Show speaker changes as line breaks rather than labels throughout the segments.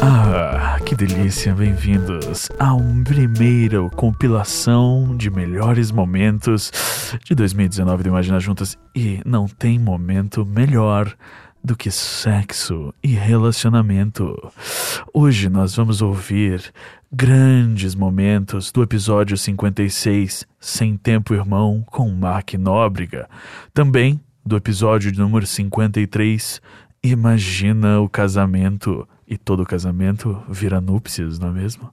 Ah, que delícia! Bem-vindos a um primeiro compilação de melhores momentos de 2019 do Imaginar Juntas. E não tem momento melhor do que sexo e relacionamento. Hoje nós vamos ouvir grandes momentos do episódio 56, Sem Tempo Irmão, com Mark Nóbrega. Também do episódio de número 53, Imagina o casamento. E todo casamento vira núpcias, não é mesmo?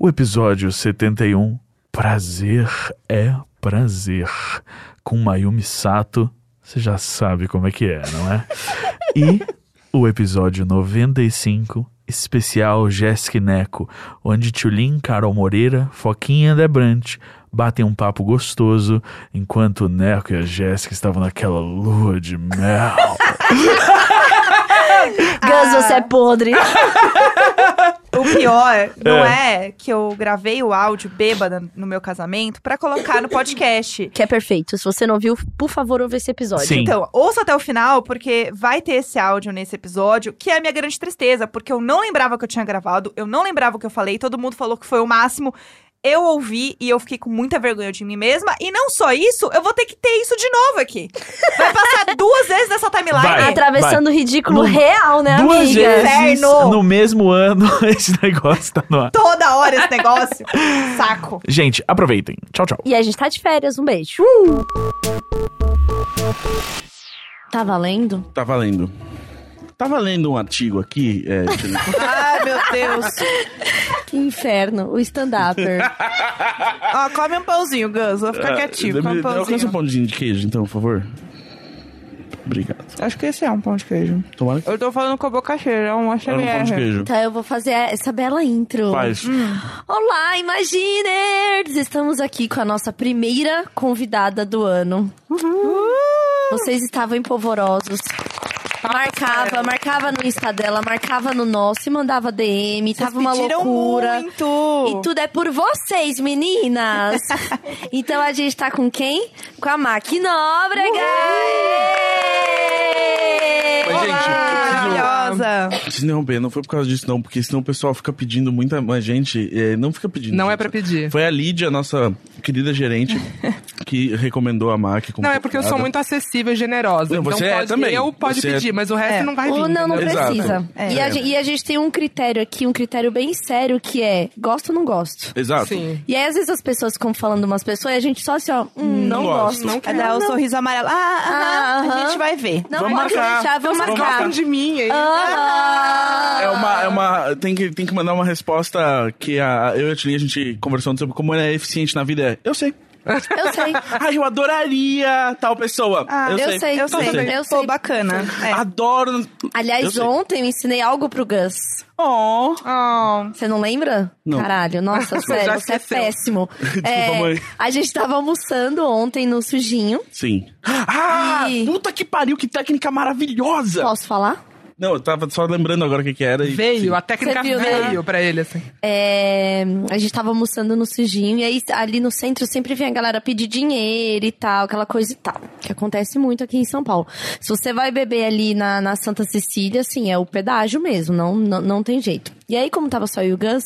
O episódio 71, Prazer é Prazer, com Mayumi Sato. Você já sabe como é que é, não é? E o episódio 95, especial Jéssica e Neco, onde Tulin, Carol Moreira, Foquinha e Debrante batem um papo gostoso enquanto o Neco e a Jéssica estavam naquela lua de mel.
Gus, você é podre.
O pior não é. que eu gravei o áudio bêbada no meu casamento pra colocar no podcast.
Que é perfeito. Se você não viu, por favor, ouve esse episódio.
Sim.
Então, ouça até o final, porque vai ter esse áudio nesse episódio, que é a minha grande tristeza, porque eu não lembrava que eu tinha gravado, eu não lembrava o que eu falei, todo mundo falou que foi o máximo. Eu ouvi e eu fiquei com muita vergonha de mim mesma. E não só isso, eu vou ter que ter isso de novo aqui. Vai passar duas vezes nessa timeline.
Vai.
Atravessando o ridículo
Não-
real, né,
Duas
amiga?
vezes
Inferno.
no mesmo ano esse negócio tá no ar.
Toda hora esse negócio. Saco.
Gente, aproveitem. Tchau, tchau.
E a gente tá de férias, um beijo. Tá valendo?
Tá valendo. Tava lendo um artigo aqui, é, Tina,
Um
Ai, meu Deus.
Que inferno, o stand-upper.
Ó, come um pãozinho, Gus. Vou ficar quietinho. Come um
Deve- Alcança um
pãozinho.
pãozinho de queijo, então, por favor. Obrigado.
Acho que esse é um pão de queijo.
Tomara que
Eu tô falando com a boca cheia, é um
era um pão de
HMR.
Tá
queijo.
então eu vou fazer essa bela intro.
Faz.
Hum.
Olá, Imaginers! Estamos aqui com a nossa primeira convidada do ano. Vocês estavam empolvorosos. Marcava, marcava no Insta dela, marcava no nosso e mandava DM.
Vocês
tava uma
pediram
loucura.
muito.
E tudo é por vocês, meninas! então a gente tá com quem? Com a Maqui Nóbrega! Êêê!
Mas, gente,
Maravilhosa.
Se interromper, não foi por causa disso, não, porque senão o pessoal fica pedindo muita. Mas, gente, é, não fica pedindo.
Não
gente.
é pra pedir.
Foi a Lídia, nossa querida gerente, que recomendou a MAC. como
Não, é porque eu sou
convidada.
muito acessível e generosa.
Não, você
então
é
pode,
também.
eu pode
Você é-
pedir, mas o resto
É.
não vai vir.
Ou não, não
entendeu?
Exato.
precisa. E, a,
É.
gen- e a gente tem um critério aqui, um critério bem sério, que é gosto ou não gosto.
Exato.
Sim.
E aí, às vezes, as pessoas ficam falando umas pessoas e a gente só assim, ó, hum, não gosto.
gosto.
Não,
É dar o sorriso amarelo. Ah,
Ah,
aham,
aham.
a gente vai ver.
Vamos
pode
marcar.
deixar, vamos
Vamos
marcar.
Gostam de mim, hein?
Ah. Aham.
É uma. É uma tem, que, tem que mandar uma resposta que a, eu e a Tilly, a gente conversando sobre como ela é eficiente na vida. É, eu sei.
Eu sei,
Ai, eu adoraria tal pessoa.
Ah,
eu,
eu
sei.
sei.
Eu sei.
sei. Ah. Eu
Pô,
sei.
bacana. É.
Adoro. Eu
Aliás,
sei.
ontem eu ensinei algo pro Gus.
Oh.
Ah,
Oh.
Você não lembra?
Não.
Caralho, nossa, sério, você é
esqueceu.
péssimo. É,
mãe.
a gente tava almoçando ontem no sujinho.
Sim. Ah!
E-
Puta que pariu, que técnica maravilhosa!
Posso falar?
Não, eu tava só lembrando agora o que, que era. E,
Veio,
sim.
a técnica
Você viu, né?
veio pra ele, assim.
É, a gente tava almoçando no sujinho, e aí ali no centro sempre vem a galera pedir dinheiro e tal, aquela coisa e tal. Que acontece muito aqui em São Paulo. Se você vai beber ali na, na Santa Cecília, assim, é o pedágio mesmo, não, não, não tem jeito. E aí, como tava só eu e o Gus,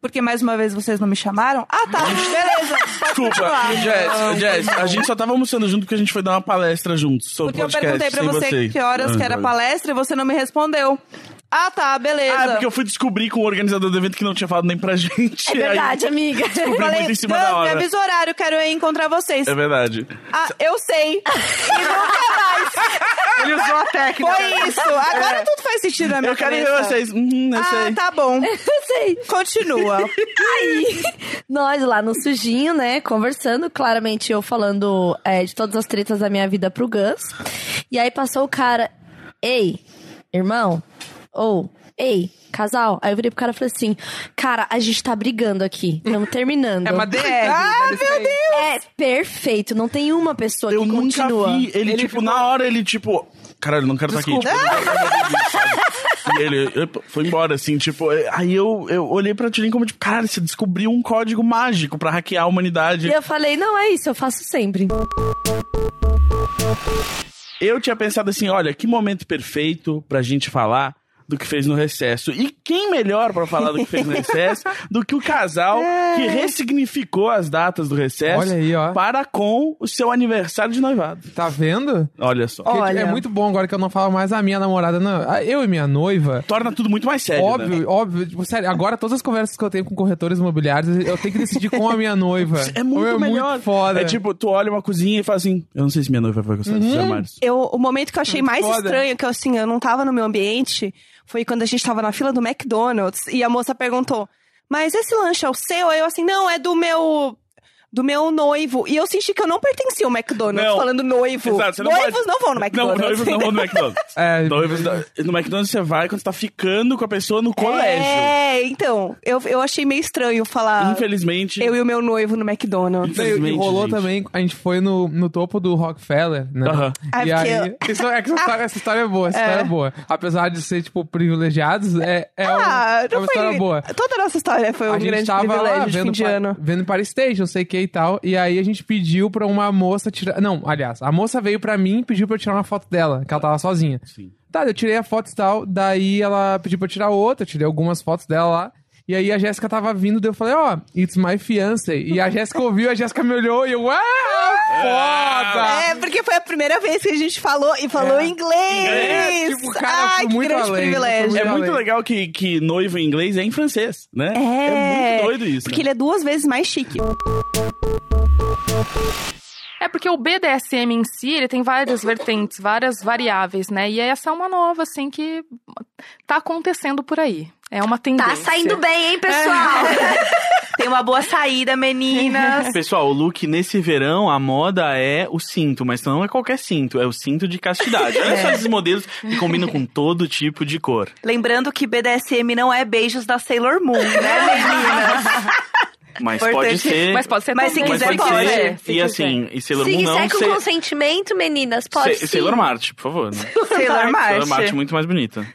Porque mais uma vez vocês não me chamaram? Ah, tá. Beleza.
Desculpa, é Jess, Jess, a gente só tava almoçando junto porque a gente foi dar uma palestra juntos sobre
Porque eu
podcast
perguntei pra
sem
você, que horas
Ah,
que era a
tá.
palestra e você não me respondeu. Ah, tá. Beleza.
Ah, porque eu fui descobrir com o organizador do evento que não tinha falado nem pra gente.
é
Aí-
verdade, amiga.
Falei muito em cima da
"Gus, me
hora."
avisa o horário, quero encontrar vocês.
É verdade.
Ah, eu sei. E nunca mais.
Ele usou a técnica.
Foi isso. Agora tudo faz sentido na minha
É. Eu quero ir ver
cabeça.
vocês. Hum, eu
Ah,
sei.
tá bom.
Eu sei.
Continua.
Aí, nós lá no sujinho, né, conversando, claramente eu falando é, de todas as tretas da minha vida pro Gus. E aí passou o cara, ei, irmão, ou, ei, casal. Aí eu virei pro cara e falei assim, cara, a gente tá brigando aqui, estamos terminando.
É uma DR.
Ah,
meu Deus!
É perfeito, não tem uma pessoa
Eu
que
nunca
continua.
vi. Ele,
Ele
tipo,
ficou-
na hora, ele, tipo... Caralho, não quero estar aqui.
Desculpa.
Ah.
Tipo, e ele epa, foi embora, assim, tipo... eh, Aí eu, eu olhei pra Tilin como, tipo... Caralho, você descobriu um código mágico pra hackear a
E
humanidade.
Tá eu falei, não é isso, eu faço sempre.
Eu tinha pensado assim, olha, que momento perfeito pra gente falar do que fez no recesso. E quem melhor pra falar do que fez no recesso do que o casal que ressignificou as datas do recesso
É. Olha aí, ó.
para com o seu aniversário de noivado.
Tá vendo?
Olha só.
Porque,
Olha.
tipo, É muito bom agora que eu não falo mais a minha namorada. Não. Ah, Eu e minha noiva.
Torna tudo muito mais sério,
óbvio,
né?
óbvio. Tipo, sério, agora todas as conversas que eu tenho com corretores imobiliários, eu tenho que decidir com a minha noiva.
É muito
Ou é
melhor.
Muito foda. Uhum.
É tipo, tu olha uma cozinha e fala assim, eu não sei se minha noiva vai gostar desses armários.
Eu, o momento que eu achei
Hum,
Muito
mais
foda.
estranho, que eu, assim, eu não tava no meu ambiente, foi quando a gente tava na fila do McDonald's e a moça perguntou: Mas esse lanche é o seu? Aí eu assim, não, é do meu. Do meu noivo. E eu senti que eu não pertencia ao McDonald's
Não.
falando noivo.
Exato, você não
Tipo, Noivos
pode-
não vão no
Não,
McDonald's.
noivos não vão no McDonald's.
É,
Noivos não- No McDonald's você vai quando você tá ficando com a pessoa no colégio.
É, então, eu, eu achei meio estranho falar
Infelizmente.
eu e o meu noivo no McDonald's.
Não, e
Infelizmente,
rolou
gente.
também, a gente foi no, no topo do Rockefeller, né?
Aham.
Ah,
E
porque
aí. Isso, é que essa, história, essa história é boa, essa história é boa. Apesar de ser, tipo, privilegiados, é, é, um-
Ah,
é
não
uma
foi-
história boa.
Toda a nossa história foi um
a gente
grande
tava lá
privilégio de fim
vendo,
de
pa-
ano.
vendo Paris Station, não sei o que e tal. E aí a gente pediu pra uma moça tirar. Não, aliás, a moça veio pra mim e pediu pra eu tirar uma foto dela, que ela tava sozinha.
Sim.
Tá, eu tirei a foto e tal. Daí ela pediu pra eu tirar outra, eu tirei algumas fotos dela lá. E aí a Jéssica tava vindo, daí eu falei, ó, it's my fiance. E a Jéssica ouviu, a Jéssica me olhou e eu, ah, foda!
É, porque foi a primeira vez que a gente falou e falou inglês.
É, tipo, cara, eu fui
Ai, que
muito
grande
além, eu fui
privilégio.
É muito
Realmente.
legal que, que noivo em inglês é em francês, né? muito doido isso.
Porque
né?
ele é duas vezes mais chique.
É porque o BDSM em si, ele tem várias vertentes, várias variáveis, né? E essa é uma nova, assim, que tá acontecendo por aí. É uma tendência.
Tá saindo bem, hein,
É.
pessoal?
Tem uma boa saída, meninas.
Pessoal, o look nesse verão, a moda é o cinto, mas não é qualquer cinto, é o cinto de castidade. Olha
É.
só esses modelos que combinam com todo tipo de cor.
Lembrando que BDSM não é beijos da Sailor Moon, né, meninas?
Mas
Importante.
pode ser.
Mas pode ser
Mas se
também,
quiser,
se
pode.
quiser, se
E
quiser.
assim, e Sailor Moon
Sigue,
não
se é com
ser-
consentimento, meninas, pode
Se-
sim.
é
Sailor Marte, por favor. Né?
Sailor
Sailor Marte
Marte. é
muito mais bonita.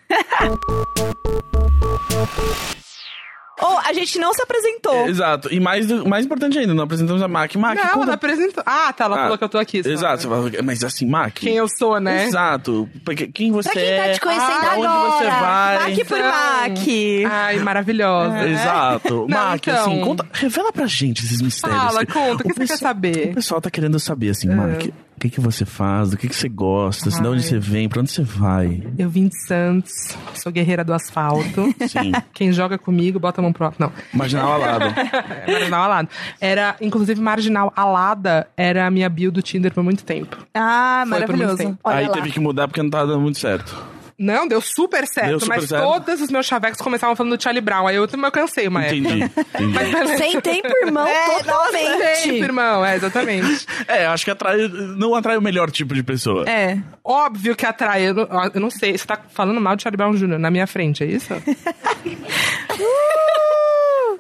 Ou a gente não se apresentou.
Exato. E mais, do- mais importante ainda, não apresentamos a Mac. Mac,
Não,
conta-
ela apresentou. Ah, tá, ela
Ah,
falou que eu tô aqui. sabe?
Exato. você fala, Mas assim, Mac.
Quem eu sou, né?
Exato. Pra que- Quem você
Pra quem tá
é.
te conhecendo
pra onde você
agora.
vai.
Mac por Mac.
Ai, maravilhosa. né?
Exato. Mac,
então.
assim, conta, revela pra gente esses mistérios.
Fala,
que-
conta, o que você quer
pessoal- O
saber? É.
pessoal tá querendo saber, assim, Mac, o que, que você faz, do que, que você gosta, assim, de onde
Ai.
você vem, pra onde você vai.
Eu vim de Santos, sou guerreira do asfalto.
Sim.
Quem joga comigo, bota a mão pro... Não,
Marginal alado.
é, Marginal Alada. Era, inclusive, Marginal Alada era a minha bio do Tinder por muito tempo.
Ah,
Foi por muito
maravilhoso.
tempo.
Olha
Aí
lá.
teve que mudar porque não tava dando muito certo.
Não, deu super certo,
Deu super
mas
certo.
todos os meus chavecos começavam falando do Charlie Brown. Aí eu, eu cansei uma época.
Entendi, entendi.
É. Mas beleza.
Sem tempo, irmão,
É, Sempre,
totalmente.
irmão, é, exatamente.
É, acho que atrai, não atrai o melhor tipo de pessoa.
É.
Óbvio que atrai. Eu não, eu não sei, você tá falando mal de Charlie Brown Jr. na minha frente, é isso?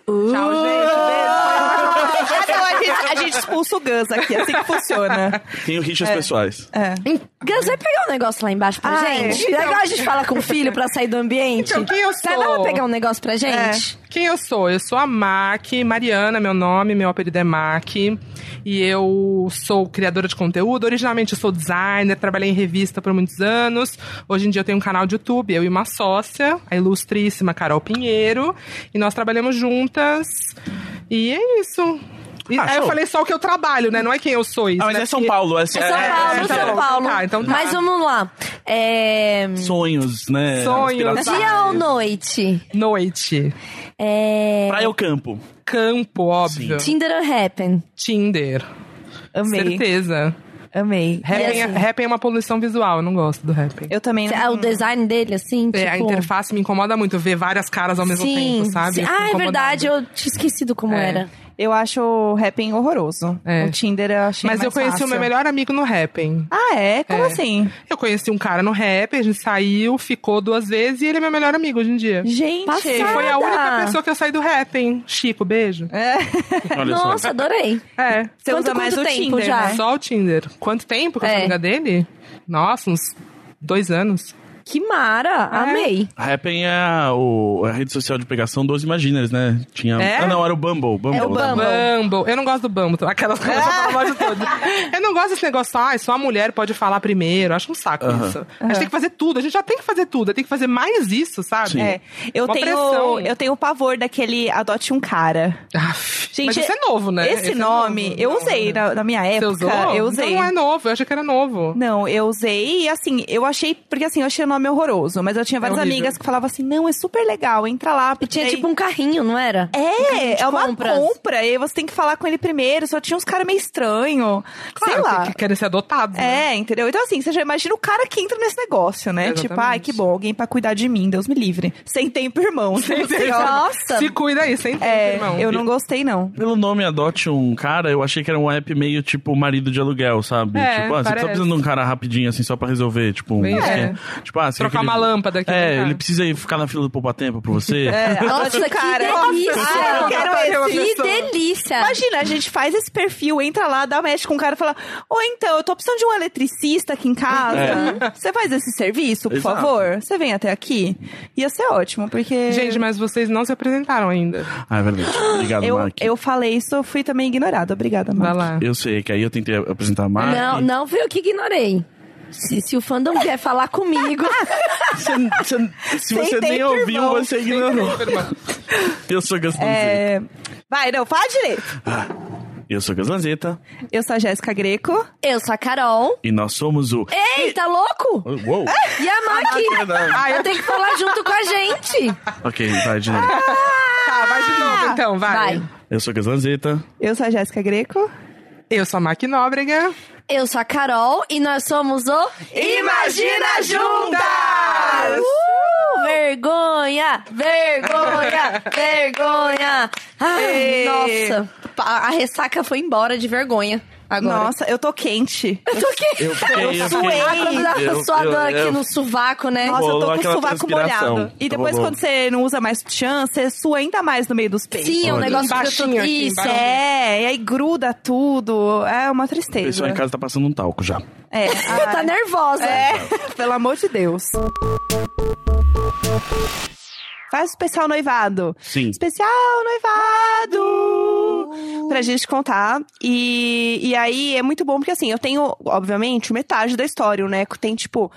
Tchau, gente. Beijo.
Ah, não, a gente, a gente expulsa o Gus aqui, assim que funciona.
Tem os rixas pessoais.
Gus, vai pegar um negócio lá embaixo pra
Ah, é.
gente? Agora a gente fala com o filho pra sair do ambiente.
Então, quem eu
Vai lá
sou?
pegar um negócio pra gente?
Quem eu sou? Eu sou a Mac, Mariana, é meu nome, meu apelido é Mac. E eu sou criadora de conteúdo. Originalmente eu sou designer, trabalhei em revista por muitos anos. Hoje em dia eu tenho um canal de YouTube, eu e uma sócia, a ilustríssima Carol Pinheiro. E nós trabalhamos juntas. E é isso. E-
Ah,
aí eu
show.
falei só o que eu trabalho, né? Não é quem eu sou isso.
Ah, mas
né?
é São
Porque-
Paulo. É,
É São
é-
Paulo,
é,
São
então tá,
Paulo.
então tá.
Mas vamos lá. É,
Sonhos, né?
Sonhos.
Aspirações.
Dia um ou noite?
Noite.
É,
Praia ou campo?
Campo, óbvio.
Tinder or Happen?
Tinder.
Amei,
Certeza.
amei.
Rapping,
assim?
rapping é uma poluição visual, eu não gosto do rapping.
Eu também
Ah,
não.
O design dele, assim?
É, a
tipo-
interface me incomoda muito, ver várias caras ao mesmo
Sim,
tempo, sabe?
sim.
Eu fico
Ah, é
incomodada.
verdade, eu tinha esquecido como
É.
era.
Eu acho o rapping horroroso.
É.
O Tinder eu achei
Mas eu
mais
conheci
fácil.
o meu melhor amigo no rapping.
Ah, é? Como
É.
assim?
Eu conheci um cara no rapping, a gente saiu, ficou duas vezes e ele é meu melhor amigo hoje em dia.
Gente.
E
Passada.
foi a única pessoa que eu saí do rapping. Chico, beijo.
É.
Olha
Nossa,
só.
adorei.
É.
Você
Quanto-
usa mais
quanto
o
tempo
Tinder,
já?
né?
Só o Tinder. Quanto tempo que eu sou
É.
amiga dele? Nossa, uns dois anos.
Que mara! Amei.
A Happn é a, o- a rede social de pegação dos Imaginers, né? Tinha.
É?
Ah, não, era o Bumble. Bumble.
É o
né?
Bumble.
Bumble. Eu não gosto do Bumble. então, Aquelas que começam a falar mal de tudo. Eu não gosto desse negócio, ai, só a mulher pode falar primeiro. Acho um saco
Aham.
isso. A gente tem que fazer tudo. A gente já tem que fazer tudo. Tem que fazer mais isso, sabe?
Sim.
É.
É, eu
Uma
tenho,
pressão.
eu tenho pavor daquele adote um cara.
Gente, Mas
Gente,
isso é novo, né?
Esse
é
nome
novo.
eu
Não,
usei
né?
na, na minha
Você
época.
usou?
Eu
Então
usei.
não é novo. Eu achei que era novo.
Não, eu usei e assim, eu achei, porque assim, eu achei o nome horroroso, mas eu tinha várias
É horrível.
amigas que falavam assim: não, é super legal, entra lá.
E
porque
É.
tinha
aí-
tipo um carrinho, não era?
É,
de
é uma
compras.
compra, e aí você tem que falar com ele primeiro, só tinha uns caras meio estranho.
Claro,
sei lá.
Que, que querem ser adotados. né?
É, entendeu? Então, assim, você já imagina o cara que entra nesse negócio, né?
Exatamente.
Tipo, ai, que bom, alguém pra cuidar de mim, Deus me livre. Sem tempo, irmão. Sem
Nossa!
Se cuida aí, sem tempo,
É,
irmão.
eu não gostei, não.
Pelo nome Adote um Cara, eu achei que era um app meio tipo marido de aluguel, sabe?
É,
tipo, ah, você tá
parece.
precisando de um cara rapidinho, assim, só pra resolver, tipo, um
Bem, é.
esquema. Tipo, ah, você quer
Trocar
que ele-
uma lâmpada aqui.
É,
né,
ele
cara?
precisa ir ficar na fila do poupa-tempo pra você.
Nossa, que delícia!
Ah, eu quero
Ai, uma
Que
pessoa. É.
delícia!
Imagina, a gente faz esse perfil, entra lá, dá mexe com o cara e fala: Ou então, eu tô precisando de um eletricista aqui em casa.
É.
Você faz esse serviço, por
Exato.
favor? Você vem até aqui? Ia ser ótimo, porque.
Gente, mas vocês não se apresentaram ainda.
Ah, é verdade. Obrigado,
eu,
Mark.
eu falei isso, eu fui também ignorada. Obrigada,
Vai
Mark.
lá.
Eu sei que aí eu tentei apresentar a Mark.
Não, não fui eu que ignorei. Se, se o fandom quer falar comigo,
Você- você- se
Sem
você nem
tempo,
ouviu,
irmão.
você
Tá,
ignorou. Eu sou Gaslanzeta.
É, Vai, não, fala direito.
Eu sou Gaslanzeta
Eu sou a Jéssica Greco.
eu sou a Carol.
e nós somos o.
Ei, tá louco?
Uou!
E a Maki?
Verdade.
Ela tem que falar junto com a gente.
ok, vai de novo.
Tá, vai de novo então, vai.
Vai.
Eu sou Gaslanzeta.
Eu sou a Jéssica Greco.
Eu sou a Maqui Nóbrega.
Eu sou a Carol e nós somos o
Imagina
Juntas!
Uh, vergonha, vergonha, vergonha. Ai,
Ei.
nossa, a a ressaca foi embora de vergonha agora.
Nossa, eu tô quente.
Eu tô aqui.
Eu fiquei. Eu fiquei...
Ah, quando dá
Eu-
uma suadão
eu-
aqui
eu-
no sovaco, né?
Nossa, eu
Rolou
tô com
aquela
o sovaco
transpiração. Então
molhado. E depois,
Rolou.
quando você não usa mais sutiã, você sua ainda mais no meio dos peitos.
Sim, é um
Olha.
negócio que eu
Baixinho
tô...
aqui,
Isso,
baixinho.
é.
É, e aí gruda tudo. É uma
O
tristeza.
pessoal em casa tá passando um talco já.
É, ah,
Tá nervosa.
é, pelo amor de Deus. Faz o especial noivado.
Sim.
Especial noivado! Pra gente contar. E, e aí é muito bom, porque assim, eu tenho, obviamente, metade da história. O Neco tem, tipo,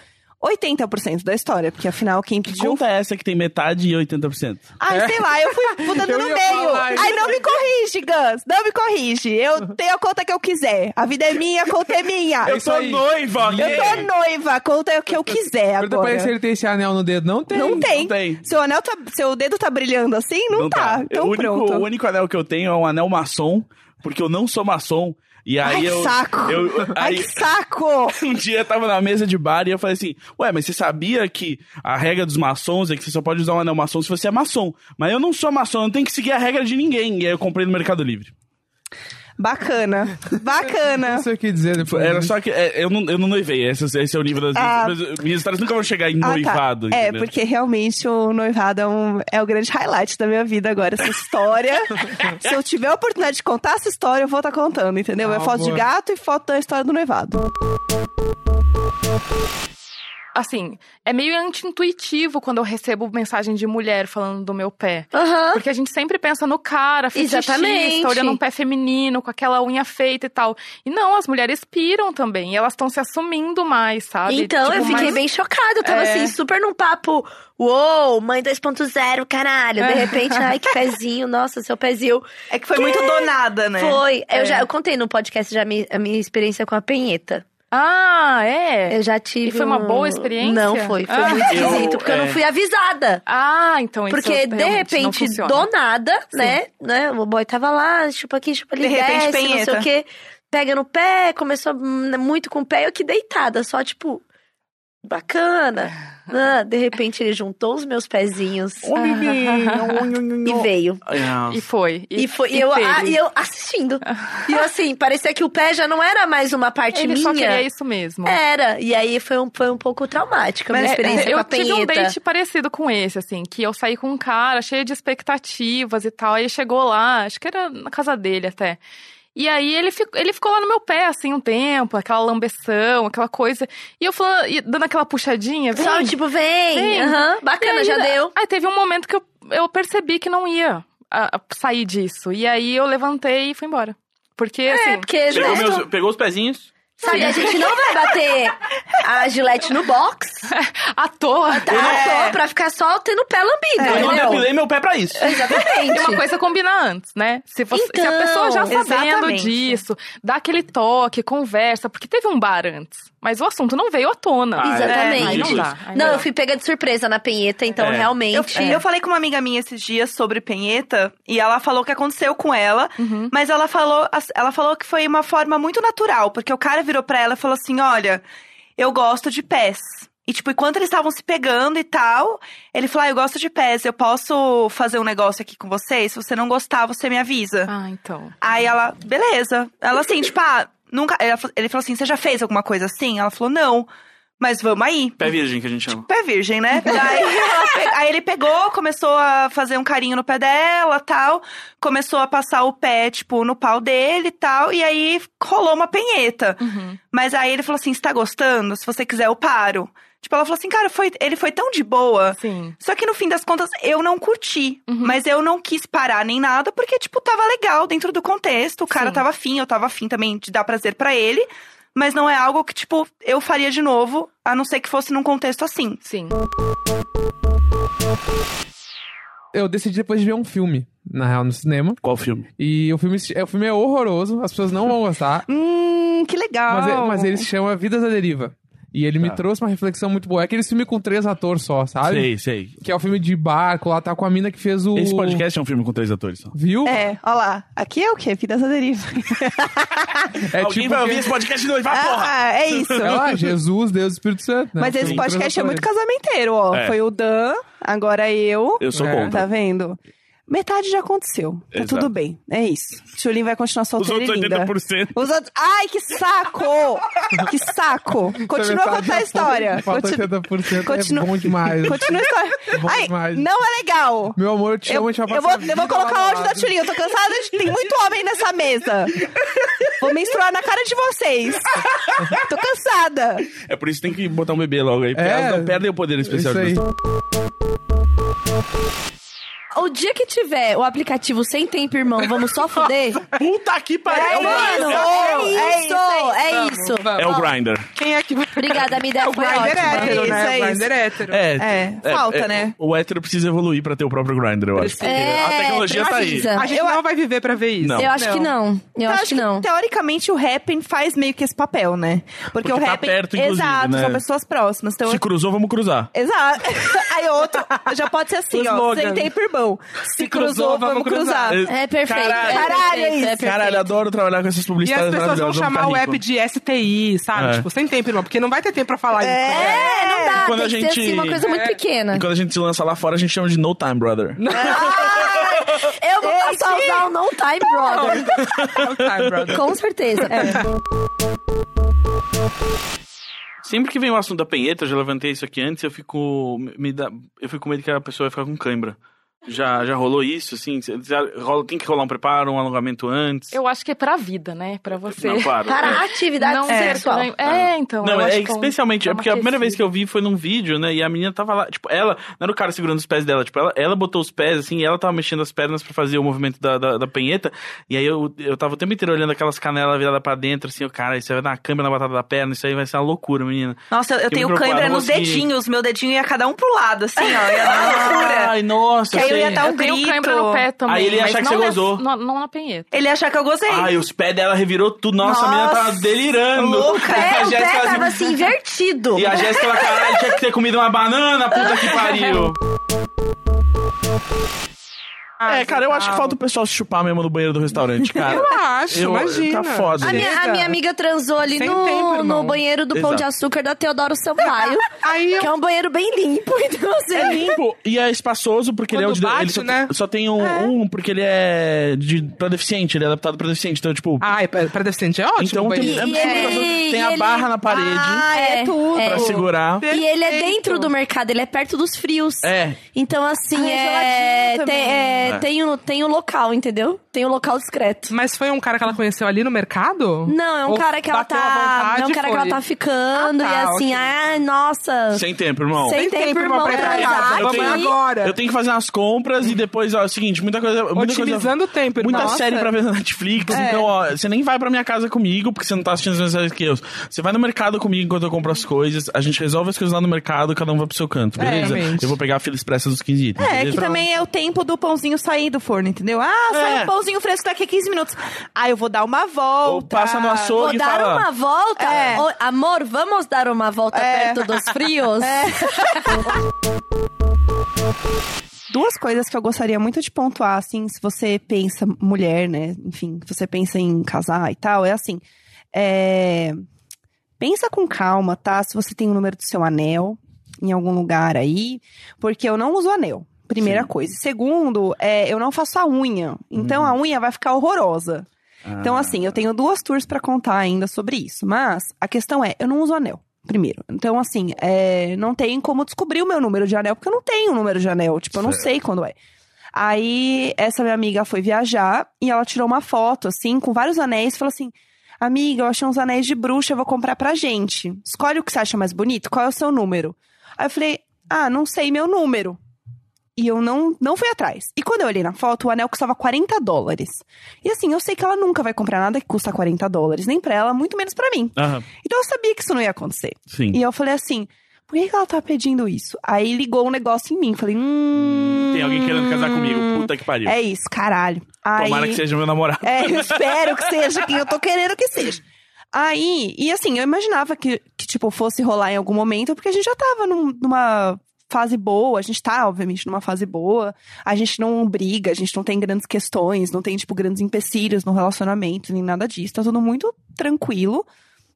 80% da história, porque afinal quem pediu.
Conta é essa que tem metade e 80%.
Ai, sei lá, eu fui mudando
Eu
no
ia
meio.
falar isso.
Ai, não me corrige, Gans. Não me corrige. Eu tenho a conta que eu quiser. A vida é minha, a conta é minha.
Eu
Eu
isso aí.
noiva, ok?
tô noiva, a conta é o que eu quiser
Pergunta pra
agora.
ele se ele tem esse anel no dedo. Não tem.
Não tem.
Não tem.
Seu anel tá. Seu dedo tá brilhando assim? Não, tá. Então
o, único,
pronto.
o único anel que eu tenho é um anel maçom, porque eu não sou maçom. E aí
Ai, que
eu.
saco!
eu-
Ai,
aí,
que saco!
um dia eu tava na mesa de bar e eu falei assim: Ué, mas você sabia que a regra dos maçons é que você só pode usar um anel maçom se você é maçom. Mas eu não sou maçom, eu não tenho que seguir a regra de ninguém. E aí eu comprei no Mercado Livre.
Bacana. Bacana.
Não sei o que dizer depois.
Era só que. é, eu, não, eu não noivei, esse, esse é o nível das.
Ah.
mas, uh, minhas histórias nunca vão chegar em
Ah, tá.
noivado.
É,
entendeu?
porque realmente o noivado é, um- é o grande highlight da minha vida agora, essa história. Se eu tiver a oportunidade de contar essa história, eu vou estar contando, entendeu? é
Ah,
foto
boa.
de gato e foto da história do noivado.
Assim, é meio anti-intuitivo quando eu recebo mensagem de mulher falando do meu pé.
Aham.
Porque a gente sempre pensa no cara,
Exatamente.
fetichista, olhando um pé feminino, com aquela unha feita e tal. E não, as mulheres piram também. E elas estão se assumindo mais, sabe?
Então,
Tipo,
eu fiquei
mais-
bem chocada. Eu tava
É.
assim, super num papo. Uou, mãe 2.0, caralho. De
É.
repente, ai, que pezinho. Nossa, seu pezinho.
É que foi muito donada, né?
Foi.
É.
Eu já eu contei no podcast já a minha, a minha experiência com a penheta.
Ah, é?
Eu já tive.
E foi uma
um-
boa experiência?
Não foi. Foi
Ah.
muito
Eu,
esquisito, porque eu não
é.
fui avisada.
Ah, então isso
Porque, de
realmente não
repente,
funciona.
do nada, né, né? O boy tava lá, chupa aqui, chupa ali,
De
desce,
repente,
não sei
penheta.
o quê. Pega no pé, começou hum, muito com o pé, eu aqui deitada, só tipo. Bacana.
É.
Ah, de repente ele juntou os meus pezinhos
Um
um
Ah.
e veio.
É.
E foi.
E, foi, e eu,
teve.
ah, e eu assistindo. E eu assim, parecia que o pé já não era mais uma parte
Ele
minha.
só queria isso mesmo.
Era. E aí foi um, foi um pouco traumática a minha
É,
experiência
eu
com a
tive um
penheta.
date parecido com esse, assim, que eu saí com um cara cheio de expectativas e tal, aí chegou lá, acho que era na casa dele até. E aí ele, fi- ele ficou lá no meu pé, assim, um tempo, aquela lambeção, aquela coisa. E eu falando, e dando aquela puxadinha. vem,
Só tipo, vem.
Vem.
Aham, bacana,
E aí,
já deu.
Aí teve um momento que eu, eu percebi que não ia ah, sair disso. E aí eu levantei e fui embora. Porque,
É,
assim,
porque,
Pegou,
né,
meus- pegou os pezinhos?
sabe, a gente não vai bater a gilete no box,
à toa.
tá? Só pra ficar só tendo pé lambido,
É,
eu não
entendeu?
depilei meu pé pra isso.
Tem uma
Exatamente.
coisa a combinar antes, né? Se, você- se a
Então,
pessoa já sabendo
exatamente.
disso, dá aquele toque, conversa, porque teve um bar antes, mas o assunto não veio à tona.
Ah, é.
Exatamente.
Aí não dá. aí
Não, eu
dá.
fui pega de surpresa na penheta, então
É.
realmente.
Eu, eu falei com uma amiga minha esses dias sobre penheta e ela falou o que aconteceu com ela,
Uhum.
mas ela falou, ela falou que foi uma forma muito natural, porque o cara virou pra ela e falou assim: "Olha, eu gosto de pés". E tipo, enquanto eles estavam se pegando e tal, ele falou: ah, "Eu gosto de pés, eu posso fazer um negócio aqui com você, se você não gostar, você me avisa".
Ah, então.
Aí ela, beleza. Ela assim, tipo, ah, nunca, ela fa- ele falou assim: "Você já fez alguma coisa assim?". Ela falou: "Não". Mas vamos aí.
Pé virgem que a gente chama.
Pé virgem, né? Daí ela pe- aí ele pegou, começou a fazer um carinho no pé dela tal. Começou a passar o pé, tipo, no pau dele e tal. E aí rolou uma penheta.
Uhum.
Mas aí ele falou assim: você tá gostando? Se você quiser, eu paro. Tipo, ela falou assim, cara, foi, ele foi tão de boa.
Sim.
Só que no fim das contas, eu não curti.
Uhum.
Mas eu não quis parar nem nada, porque, tipo, tava legal dentro do contexto. O cara
Sim.
tava afim, eu tava afim também de dar prazer pra ele. Mas não é algo que, tipo, eu faria de novo, a não ser que fosse num contexto assim.
Sim.
Eu decidi depois de ver um filme, na real, no cinema.
Qual filme?
E o filme, se- é, o filme é horroroso, as pessoas não vão gostar.
Hum, que legal.
mas, é- mas ele se chama Vidas à Deriva. E ele me
Tá.
trouxe uma reflexão muito boa. É aquele filme com três atores só, sabe?
Sei, sei.
Que é o filme de barco lá, tá com a mina que fez o.
Esse podcast é um filme com três atores só.
Viu?
É, ó lá. Aqui é o quê? Vidas à deriva.
É
Alguém vai ouvir
que-
esse podcast de hoje, vai, porra!
Ah, é isso.
É lá, Jesus, Deus e Espírito Santo. né?
Mas esse
São três
podcast é muito
atores.
casamenteiro, ó.
É.
Foi o Dan, agora eu.
Eu sou
É.
contra.
Tá vendo? Metade já aconteceu. Tá
Exato.
tudo bem. É isso. Tchulin vai continuar
Os
solteira
outros
e linda.
80%.
Os outros... Ai, que saco! que saco! Continua a
Metade
contar a história.
Falta
Continu-
80%
Continua-
é bom demais.
Continua a história.
Bom
Ai,
demais.
não é legal.
Meu amor, eu te
Eu,
amo, a gente vai
eu
passar
vou,
a vida
eu vou
do
colocar o áudio da
lado.
Tchulin. Eu tô cansada de... Tem muito homem nessa mesa. Vou menstruar na cara de vocês. Tô cansada.
É por isso que tem que botar um bebê logo aí. Porque
É.
elas não perdem é o poder especial
Isso
de
aí.
vocês.
O dia que tiver o aplicativo sem tempo, irmão, vamos só foder.
Puta que pariu!
É,
É,
mano,
é
é isso, é isso.
o- é o Grindr.
Quem é que vai
Obrigada, um minha ideia foi
Grindr
ótima.
é
hétero,
isso,
né?
é
o
isso.
Grindr hétero.
É, falta, né?
O hétero precisa evoluir pra ter o próprio Grindr, eu acho.
É,
a tecnologia tá aí.
precisa.
A gente não vai viver pra ver isso.
Não.
Eu acho que não. Eu Então acho que não.
Então, Teoricamente, o Happn faz meio que esse papel, né? Porque,
Porque
o
tá
Happn...
perto, inclusive,
Exato,
né?
são pessoas próximas. Então,
Se cruzou, vamos cruzar.
Exato. Aí outro, já pode ser assim,
O
ó.
slogan.
Sem tempo, irmão. Se cruzou, vamos cruzar.
É perfeito.
Caralho.
é perfeito,
Caralho, é
é perfeito.
Caralho, adoro trabalhar com essas
E as
publicidades
pessoas vão
maravilhosas.
chamar o
ficar
app
rico.
de STI, sabe?
tá É.
Tipo, sem tempo, irmão, porque não vai ter tempo pra falar isso. né?
É, não dá.
Quando a
tem
gente-
que
É.
ser assim, uma coisa muito pequena.
E quando a gente se lança lá fora, a gente chama de No Time, Brother.
Eu vou passar a usar o No Time Brother.
Tá, brother.
Com certeza.
Sempre que vem o assunto da penheta, eu já levantei isso aqui antes, eu fico. Me dá, eu fico com medo que a pessoa vai ficar com cãibra. Já, já rolou isso, assim? Cê- já rola- tem que rolar um preparo, um alongamento antes?
Eu acho que é pra vida, né? Pra você.
Não, claro.
Para a atividade
não ser
sexual.
estranho. É, então.
Não,
eu
é
acho
que
que um-
especialmente.
dá
É
uma
porque a primeira
aquecida.
vez que eu vi foi num vídeo, né? E a menina tava lá. Tipo, ela. Não era o cara segurando os pés dela. Tipo, ela, ela botou os pés assim e ela tava mexendo as pernas pra fazer o movimento da, da, da penheta. E aí eu, eu tava o tempo inteiro olhando aquelas canelas viradas pra dentro, assim, o cara, isso aí vai dar câmera na batata da perna, isso aí vai ser uma loucura, menina.
Nossa, eu, eu
Fiquei
tenho
muito preocupado,
cãibra
não
nos
consegui.
dedinhos. Meu dedinho ia cada um pro lado, assim, ó. Ia dar uma loucura.
Ai, nossa,
Que aí eu ia
sei.
dar um
Eu tenho
grito.
cãibra no pé também.
Aí ele ia
mas
achar que
não
você
nas-
gozou.
Não, não na penheta.
Ele ia achar que eu gozei.
Ai, os pés dela revirou tudo. Nossa, a menina tava
Nossa,
delirando.
louca.
E
É,
a
o
Jéssica,
pé
assim,
tava assim, invertido.
E a Jéssica, ela, caralho, tinha que ter comido uma banana, puta que pariu.
É, cara, eu acho que falta o pessoal se chupar mesmo no banheiro do restaurante, cara.
Eu acho,
Eu-
imagina.
Tá foda.
A minha, a minha amiga transou ali
Sem
no,
tempo, irmão.
no banheiro do Pão de
Exato.
Açúcar da Teodoro Sampaio.
Aí eu
que é um banheiro bem limpo, então assim.
É limpo e é espaçoso porque ele é o
Quando
de, ele
bate,
só,
né?
só tem um, um, porque ele é de pra deficiente, ele é adaptado pra deficiente, então tipo,
Ai, pra, pra deficiente é ótimo.
um
então tem,
banheiro.
né?
é
E
super-
ele-
tem
e
a
ele-
barra na parede
Ah, é,
É,
tudo.
é.
pra segurar.
E ele é
Perfeito.
dentro do mercado, ele é perto dos frios.
É.
Então, assim,
Ah, é
é,
geladinho
tem-
também.
é,
É.
Tem, o, tem o local, entendeu? Tem o local discreto.
Mas foi um cara que ela conheceu ali no mercado?
Não, é um
Ou
cara que ela
bateu à
tá.
vontade
É um cara
e
que ela
foi?
tá ficando
Ah,
e
tá,
assim,
ok.
ah, nossa.
Sem tempo, irmão.
Sem tempo, irmão,
pra ir pra
transar
casa. Vamos
aqui.
agora.
Eu tenho que fazer as compras e depois, ó, é o seguinte, muita coisa. Muita coisa
Otimizando o tempo,
Muita
irmão.
série pra ver na Netflix, então, ó, você nem vai pra minha casa comigo, porque você não tá assistindo as mesmas séries que eu. Você vai no mercado comigo enquanto eu compro as coisas, a gente resolve as coisas lá no mercado, cada um vai pro seu canto, beleza?
exatamente.
eu vou pegar a fila expressa dos 15 itens.
É, que
beleza?
também é o tempo do pãozinho sair do forno, entendeu? Ah, sai
É.
um pãozinho fresco daqui a 15 minutos. Ah, eu vou dar uma volta.
Ou passa no açougue
Vou
e
dar
fala.
uma volta?
É.
Ô, amor, vamos dar uma volta
É.
perto dos frios?
Duas coisas que eu gostaria muito de pontuar, assim, se você pensa mulher, né? Enfim, se você pensa em casar e tal, é assim. é, Pensa com calma, tá? Se você tem o número do seu anel em algum lugar aí, porque eu não uso anel. Primeira coisa. Segundo, é, eu não faço a unha. Então a unha vai ficar horrorosa. Então, assim, eu tenho duas tours pra contar ainda sobre isso. Mas a questão é, eu não uso anel. Primeiro. Então, assim, é, não tem como descobrir o meu número de anel, porque eu não tenho o número de anel. Tipo, eu não sei quando é. Aí, essa minha amiga foi viajar e ela tirou uma foto, assim, com vários anéis e falou assim: Amiga, eu achei uns anéis de bruxa, eu vou comprar pra gente. Escolhe o que você acha mais bonito, qual é o seu número? Aí eu falei: Ah, não sei meu número. E eu não, não fui atrás. E quando eu olhei na foto, o anel custava 40 dólares. E assim, eu sei que ela nunca vai comprar nada que custa 40 dólares, nem pra ela, muito menos pra mim.
Aham,
Então eu sabia que isso não ia acontecer.
sim.
E eu falei assim, por que, que ela tá pedindo isso? Aí ligou um negócio em mim, falei, hum...
Tem alguém querendo casar comigo. Puta que pariu.
É isso, caralho. Aí,
Tomara que seja meu namorado.
É, eu espero que seja quem eu tô querendo que seja. Aí, e assim, eu imaginava que, que tipo, fosse rolar em algum momento, porque a gente já tava num- numa fase boa, a gente tá, obviamente, numa fase boa, a gente não briga, a gente não tem grandes questões, não tem, tipo, grandes empecilhos no relacionamento, nem nada disso, tá tudo muito tranquilo,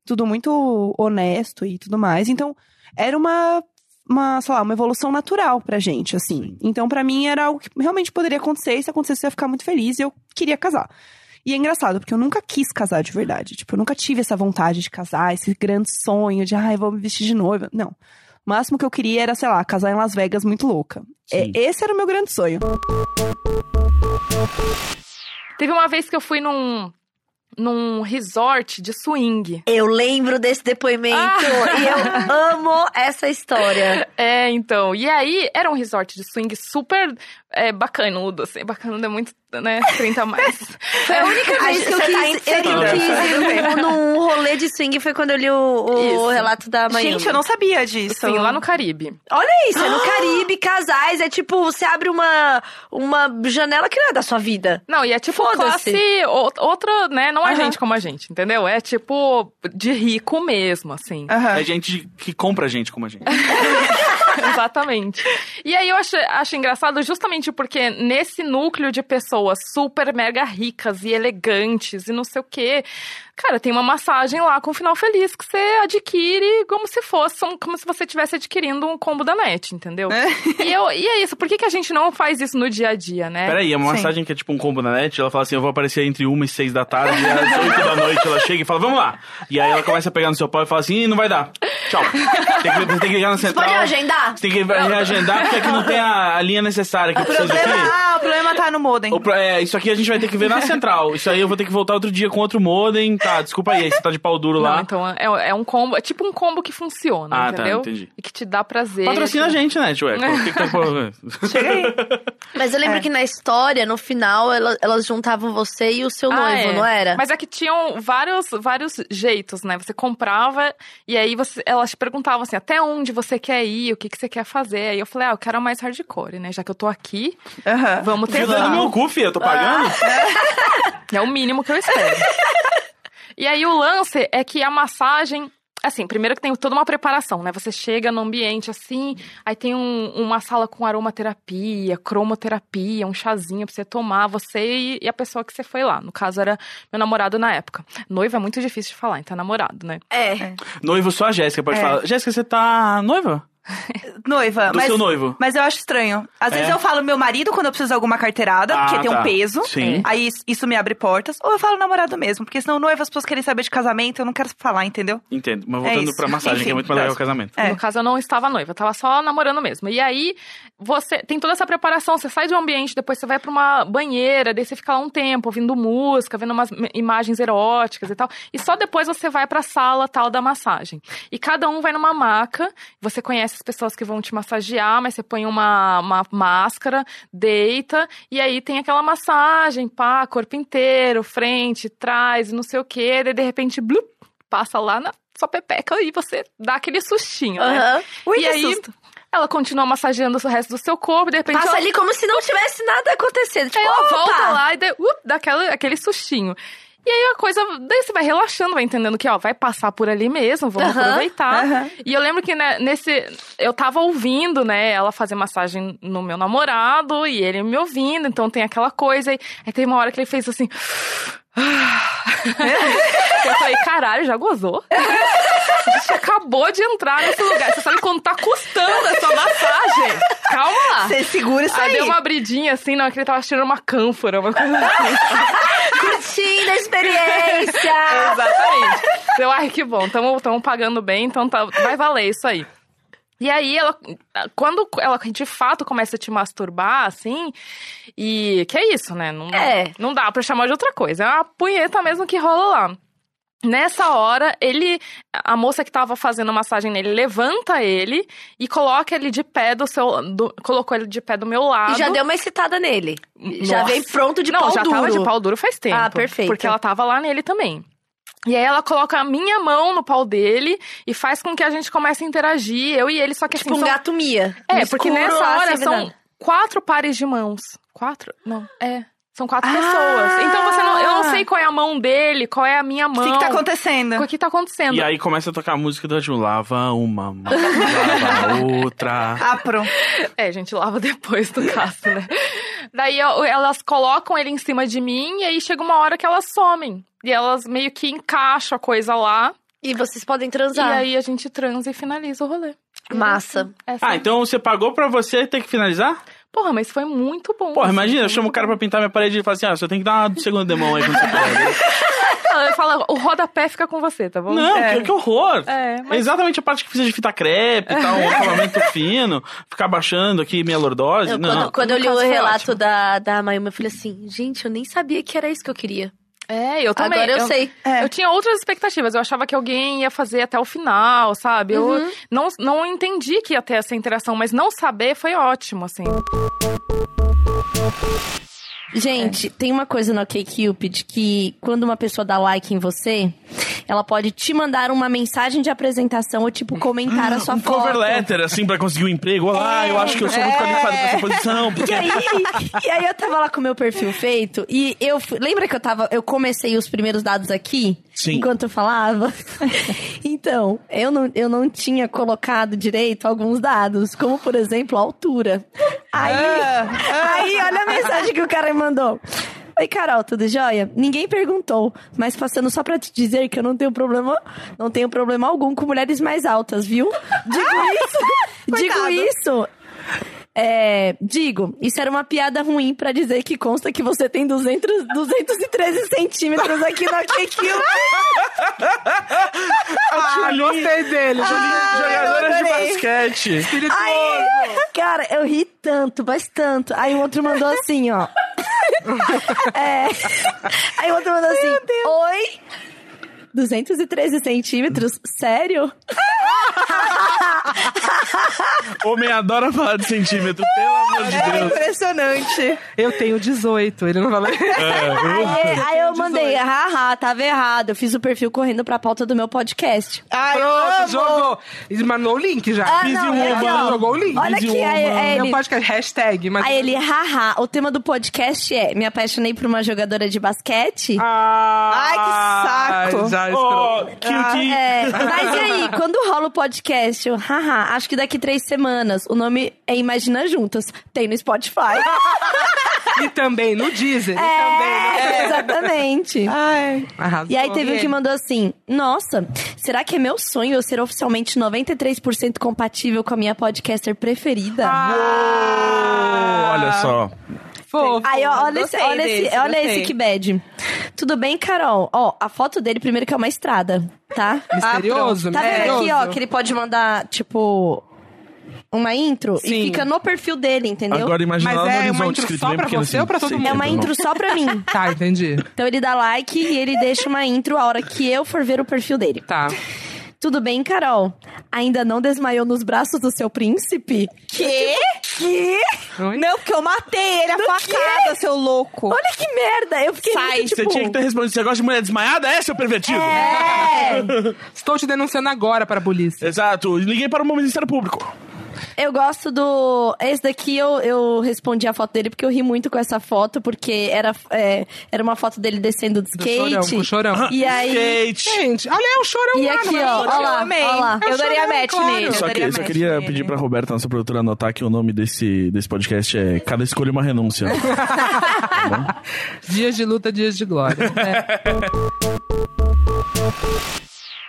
tudo muito honesto e tudo mais, então, era uma, uma sei lá, uma evolução natural pra gente, assim. Então, pra mim, era algo que realmente poderia acontecer, e se acontecesse, eu ia ficar muito feliz, e eu queria casar. E é engraçado, porque eu nunca quis casar de verdade. Tipo, eu nunca tive essa vontade de casar, esse grande sonho de, ai, vou me vestir de noiva. Não. O máximo que eu queria era, sei lá, casar em Las Vegas muito louca. É,
Sim.
esse era o meu grande sonho.
Teve uma vez que eu fui num, num resort de swing.
Eu lembro desse depoimento
Ah.
e eu amo essa história.
É, então. E aí, era um resort de swing super é, bacanudo, assim. Bacanudo é muito, né? 30 a mais.
Foi É a única vez que eu
você tá
quis, eu
inserida.
quis ir num- num rolê de swing foi quando eu li o, o
Isso.
relato da manhã.
Gente, eu não sabia disso.
Então,
Sim, lá no Caribe.
Olha isso, é no Caribe, casais, é tipo, você abre uma, uma janela que não é da sua vida.
Não, e é tipo
Foda-se.
classe ou- outra, né? Não a
Aham.
gente como a gente, entendeu? É tipo de rico mesmo, assim.
Aham.
É gente que compra gente como a gente.
Exatamente. E aí eu acho, acho engraçado justamente porque nesse núcleo de pessoas super mega ricas e elegantes e não sei o quê, cara, tem uma massagem lá com final feliz que você adquire como se fosse um- como se você estivesse adquirindo um combo da net, entendeu? E, eu, e é isso, por que, que a gente não faz isso no dia a dia, né?
Peraí, é uma
Sim.
massagem que é tipo um combo na net. Ela fala assim: eu vou aparecer entre uma e seis da tarde, e às oito da noite ela chega e fala: vamos lá. E aí ela começa a pegar no seu pau e fala assim: Ih, não vai dar. Tchau. Tem que, você tem que ligar na central.
Pode agendar?
Você tem que reagendar porque aqui não tem a, a linha necessária que precisa aqui.
é
Ah, o problema tá no modem.
O pro- é, isso aqui a gente vai ter que ver na central. Isso aí eu vou ter que voltar outro dia com outro modem. Tá, desculpa aí, aí você tá de pau duro
Não,
lá.
então é, é um combo, é tipo um combo que funciona,
Ah, tá,
entendeu?
entendi.
E que te dá prazer.
Patrocina a gente, né, Tio?
Chega aí.
Mas eu lembro
É.
que na história, no final, ela- elas, juntavam você e o seu
Ah,
noivo,
é.
não era?
Mas é que tinham vários, vários jeitos, né? Você comprava e aí você, elas te perguntavam assim, até onde você quer ir, o que, que você quer fazer. Aí eu falei, ah, eu quero a mais hardcore, né? Já que eu tô aqui,
Aham.
vamos ter
Vida no meu cu, filha, eu tô pagando.
É o mínimo que eu espero. e aí o lance é que a massagem. Assim, primeiro que tem toda uma preparação, né? Você chega no ambiente assim, aí tem um- uma sala com aromaterapia, cromoterapia, um chazinho pra você tomar, você e, e a pessoa que você foi lá. No caso, era meu namorado na época. Noiva é muito difícil de falar, então é namorado, né?
É.
Noivo só a Jéssica pode falar. Jéssica, você tá noiva?
noiva.
Do
mas,
seu noivo.
mas eu acho estranho. Às
É?
vezes eu falo meu marido quando eu preciso de alguma carteirada,
Ah,
porque tem
tá.
um peso.
Sim.
Aí isso- isso me abre portas. Ou eu falo namorado mesmo, porque senão noiva as pessoas querem saber de casamento, eu não quero falar, entendeu?
Entendo. Mas
É
voltando
isso.
pra massagem, que
Enfim,
é muito mais legal o
próximo.
casamento.
É.
No caso, eu não estava noiva, eu tava só namorando mesmo. E aí, você tem toda essa preparação, você sai de um ambiente, depois você vai pra uma banheira, daí você fica lá um tempo ouvindo música, vendo umas me- imagens eróticas e tal. E só depois você vai pra sala tal da massagem. E cada um vai numa maca, você conhece as pessoas que vão te massagear, mas você põe uma, uma máscara, deita, e aí tem aquela massagem, pá, corpo inteiro, frente, trás, não sei o quê, daí de repente, blup, passa lá na sua pepeca e você dá aquele sustinho, né?
Aham.
e aí, ela continua massageando o resto do seu corpo, de repente
Passa
ela,
ali como se não tivesse nada acontecendo. Tipo,
Então- aí ela
opa!
volta lá e daí, up, dá aquela- aquele sustinho. E aí a coisa, daí você vai relaxando, vai entendendo que, ó, vai passar por ali mesmo, vamos
Aham,
aproveitar.
aham.
E eu lembro que né, nesse, eu tava ouvindo, né, ela fazer massagem no meu namorado e ele me ouvindo, então tem aquela coisa. E, aí teve uma hora que ele fez assim. eu falei, caralho, já gozou? A gente acabou de entrar nesse lugar. Você sabe quando tá custando essa massagem? Calma lá.
Você segura isso
Aí
aí.
deu uma abridinha assim, na hora que ele tava cheirando uma cânfora, uma coisa assim.
Curtindo a experiência!
Exatamente. Eu, ai, que bom, tamo, tamo pagando bem, então tá, vai valer isso aí. E aí, ela, quando ela de fato começa a te masturbar, assim, e que é isso, né? Não,
É.
não dá pra chamar de outra coisa. É uma punheta mesmo que rola lá. Nessa hora, ele, a moça que tava fazendo a massagem nele, levanta ele e coloca ele de pé do seu, do- colocou ele de pé do meu lado.
E já deu uma excitada nele. Já
É, Nossa.
vem pronto de
não,
pau
já
duro.
tava de pau duro faz tempo.
Ah, perfeito.
Porque ela tava lá nele também. E aí ela coloca a minha mão no pau dele e faz com que a gente comece a interagir, eu e ele, só que
Tipo
assim...
um
são-
gato mia.
É,
No
porque
escuro, assim,
nessa
lá,
hora
sem ver
são
nada.
quatro pares de mãos. Quatro? Não, é... São quatro
Ah!
pessoas. Então você não, eu não sei qual é a mão dele, qual é a minha
O
mão.
que, que tá acontecendo?
O que que tá acontecendo?
E aí começa a tocar a música do Adil. Lava uma mão, lava outra.
Ah, pro.
É, gente lava depois do caso, né? Daí ó, elas colocam ele em cima de mim e aí chega uma hora que elas somem. E elas meio que encaixam a coisa lá.
E vocês podem transar.
E aí a gente transa e finaliza o rolê.
Massa.
Essa... é
Ah, então você pagou pra você ter que finalizar?
Porra, mas foi muito bom.
Porra,
assim,
imagina, eu
foi
chamo o
muito
cara pra pintar minha parede e ele fala assim: ah, só tem que dar uma segunda demão aí quando você puder.
bom. Eu falo, o rodapé fica com você, tá bom?
Não,
é.
que, que horror!
É,
É
mas
Exatamente a parte que precisa de fita crepe e tal, um acabamento fino, ficar baixando aqui minha lordose.
Eu-
não,
quando, quando eu
No
li o
caso, foi
relato
ótimo.
da, da Mayumi, eu falei assim, gente, eu nem sabia que era isso que eu queria.
é, eu também.
Agora eu, sei.
É.
Eu tinha outras expectativas. Eu achava que alguém ia fazer até o final, sabe? Eu não, não entendi que ia ter essa interação, mas não saber foi ótimo, assim.
Gente,
É.
tem uma coisa no OkCupid que quando uma pessoa dá like em você, ela pode te mandar uma mensagem de apresentação ou tipo comentar a sua
um
foto.
cover letter, assim, pra conseguir um emprego. Olá, eu acho que eu sou muito qualificado pra essa posição. Porque...
E aí, e aí eu tava lá com o meu perfil feito e eu fui- lembra que eu tava, eu comecei os primeiros dados aqui
Sim.
enquanto eu falava. Então, eu não, eu não tinha colocado direito alguns dados, como por exemplo, a altura. Aí, aí olha a mensagem que o cara me mandou. Oi, Carol, tudo jóia? Ninguém perguntou, mas passando só pra te dizer que eu não tenho problema, não tenho problema algum com mulheres mais altas, viu? Digo isso. digo isso. É, digo, isso era uma piada ruim pra dizer que consta que você tem 200, 213 centímetros aqui no QQ.
Ah, gostei dele.
Jogadoras de basquete.
Aí, cara, eu ri tanto, mas tanto. Aí o outro mandou assim, ó. É. Aí o outro mandou assim, oi. 213 centímetros? Sério?
Homem adora falar de centímetro, pelo amor de
É
Deus.
impressionante.
Eu tenho 18, ele não falou.
Aí, aí eu mandei, haha, tava errado. Eu fiz o perfil correndo pra pauta do meu podcast.
Ai,
Pronto,
amo.
jogou. E mandou o link já. um
Ah, não, é aqui, ó.
Jogou o link.
Olha
Busy
aqui, aí-
Woman.
aí
Não
ele-
pode que é hashtag, mas...
Aí ele, haha, o tema do podcast é Me apaixonei por uma jogadora de basquete.
Ah,
Ai, que saco.
Já
Oh,
escroto.
cute.
É, mas e aí, quando rola o podcast, eu, haha, acho que daqui três semanas, o nome é Imagina Juntas, tem no Spotify.
E também no Deezer. E também
É, exatamente.
né? Ai.
no... Arrasou.
E aí teve um
E
que mandou assim: Nossa, será que é meu sonho eu ser oficialmente 93% compatível com a minha podcaster preferida?
Ah,
Olha só.
Fofo.
Aí, ó, olha, esse,
Gostei
olha, esse,
desse,
olha
gostei.
esse que bad. Tudo bem, Carol? Ó, a foto dele primeiro que é uma estrada, tá?
Ah,
Misterioso,
Tá
É,
vendo
misterioso.
aqui, ó, que ele pode mandar, tipo, uma intro e
Sim.
fica no perfil dele, entendeu?
Agora imagina
Mas
lá
é
no
uma
horizonte
intro
escrito
só
bem
pra
pequeno
você
assim,
ou pra todo
sem
mundo?
É uma
título.
intro só pra mim.
Tá, entendi.
Então ele dá like e ele deixa uma intro a hora que eu for ver o perfil dele.
Tá.
Tudo bem, Carol? Ainda não desmaiou nos braços do seu príncipe? Tipo,
Quê? Quê?
Oi?
Não, porque eu matei ele a facada, seu louco.
Olha que merda! Eu fiquei
Sai,
muito,
Você
tipo...
tinha que ter respondido. Você gosta de mulher desmaiada? É, seu pervertido?
É,
Estou te denunciando agora para a polícia.
Exato. Liguei para o Ministério Público.
eu gosto do. Esse daqui eu, eu respondi a foto dele porque eu ri muito com essa foto, porque era, é, era uma foto dele descendo de
Do
skate.
chorão, com o chorão.
E aí.
Kate.
Gente, olha, é o chorão
Ah. E
lá,
aqui,
não é?
ó, ó lá, ó lá.
Eu,
Eu
daria
chorei,
match
claro.
nele.
Eu
Eu
só, que-
daria
eu só
match
queria
nele.
pedir pra Roberta, nossa produtora, anotar que o nome desse, desse podcast é Cada Escolha Uma Renúncia.
Dias de luta, dias de glória.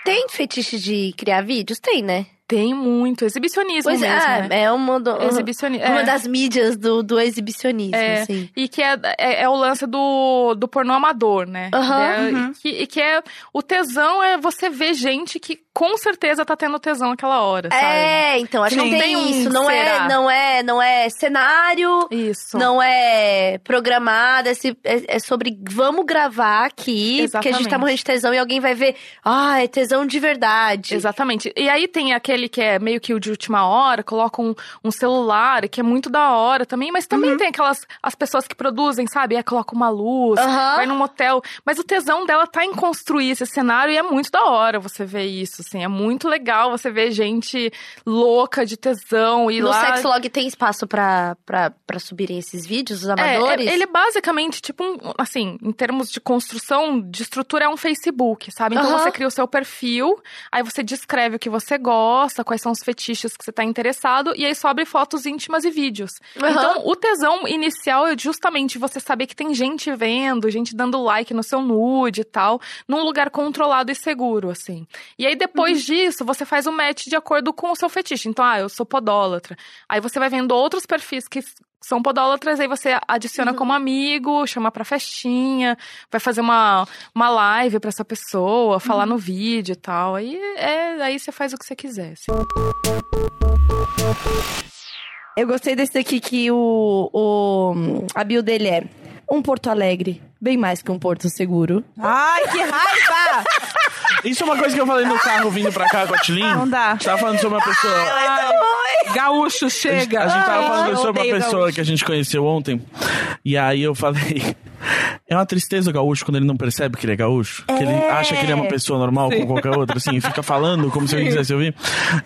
Tem fetiche de criar vídeos? Tem, né?
Tem muito. Exibicionismo
Pois é,
mesmo,
ah,
né?
é uma, do,
Exibicionismo.
uma
é.
das mídias do, do exibicionismo,
É.
assim.
E que é, é, é o lance do, do pornô amador, né?
Aham.
É, e que, e que é. O tesão é você ver gente que com certeza tá tendo tesão aquela hora, sabe?
É, então, acho que não
Sim.
tem
Tem um
isso. Não é,
será.
não é, não é cenário,
Isso.
não é programado, é, se- é- é sobre vamos gravar aqui, porque a gente tá
Exatamente.
morrendo de tesão e alguém vai ver, ah, é tesão de verdade.
Exatamente. E aí tem aquele que é meio que o de última hora, coloca um, um celular, que é muito da hora também, mas
Uhum.
também tem aquelas as pessoas que produzem, sabe? É, coloca uma luz,
Aham.
vai num motel. Mas o tesão dela tá em construir esse cenário e é muito da hora você ver isso, assim. É muito legal você ver gente louca de tesão e
no
lá...
Sexlog tem espaço pra, pra, pra subirem esses vídeos, os
É,
amadores?
é, ele é basicamente tipo um, assim, em termos de construção de estrutura é um Facebook, sabe? Então
Aham.
você cria o seu perfil, aí você descreve o que você gosta, quais são os fetiches que você tá interessado e aí sobe fotos íntimas e vídeos.
Aham.
Então, o tesão inicial é justamente você saber que tem gente vendo, gente dando like no seu nude e tal, num lugar controlado e seguro, assim. E aí, depois
Uhum.
disso, você faz o match de acordo com o seu fetiche. Então, ah, eu sou podólatra. Aí você vai vendo outros perfis que s- são podólatras, aí você
Uhum.
adiciona como amigo, chama pra festinha, vai fazer uma, uma live pra essa pessoa, falar
Uhum.
no vídeo e tal. Aí, é, aí você faz o que você quiser. assim.
Eu gostei desse daqui que o, o. A bio dele é um Porto Alegre, bem mais que um Porto Seguro.
Ai, que raiva!
Isso é uma coisa que eu falei no carro vindo pra cá com a Tilin.
Não dá.
Tava falando sobre uma
Ah,
pessoa.
Tá
Gaúcho,
A gente, a
chega!
gente tava
É.
eu
falando sobre
odeio
uma pessoa que a gente conheceu ontem. E aí eu falei. É uma tristeza o gaúcho quando ele não percebe que ele é gaúcho. Que ele acha que ele é uma pessoa normal como qualquer outra, assim, e fica falando como se ele quisesse ouvir.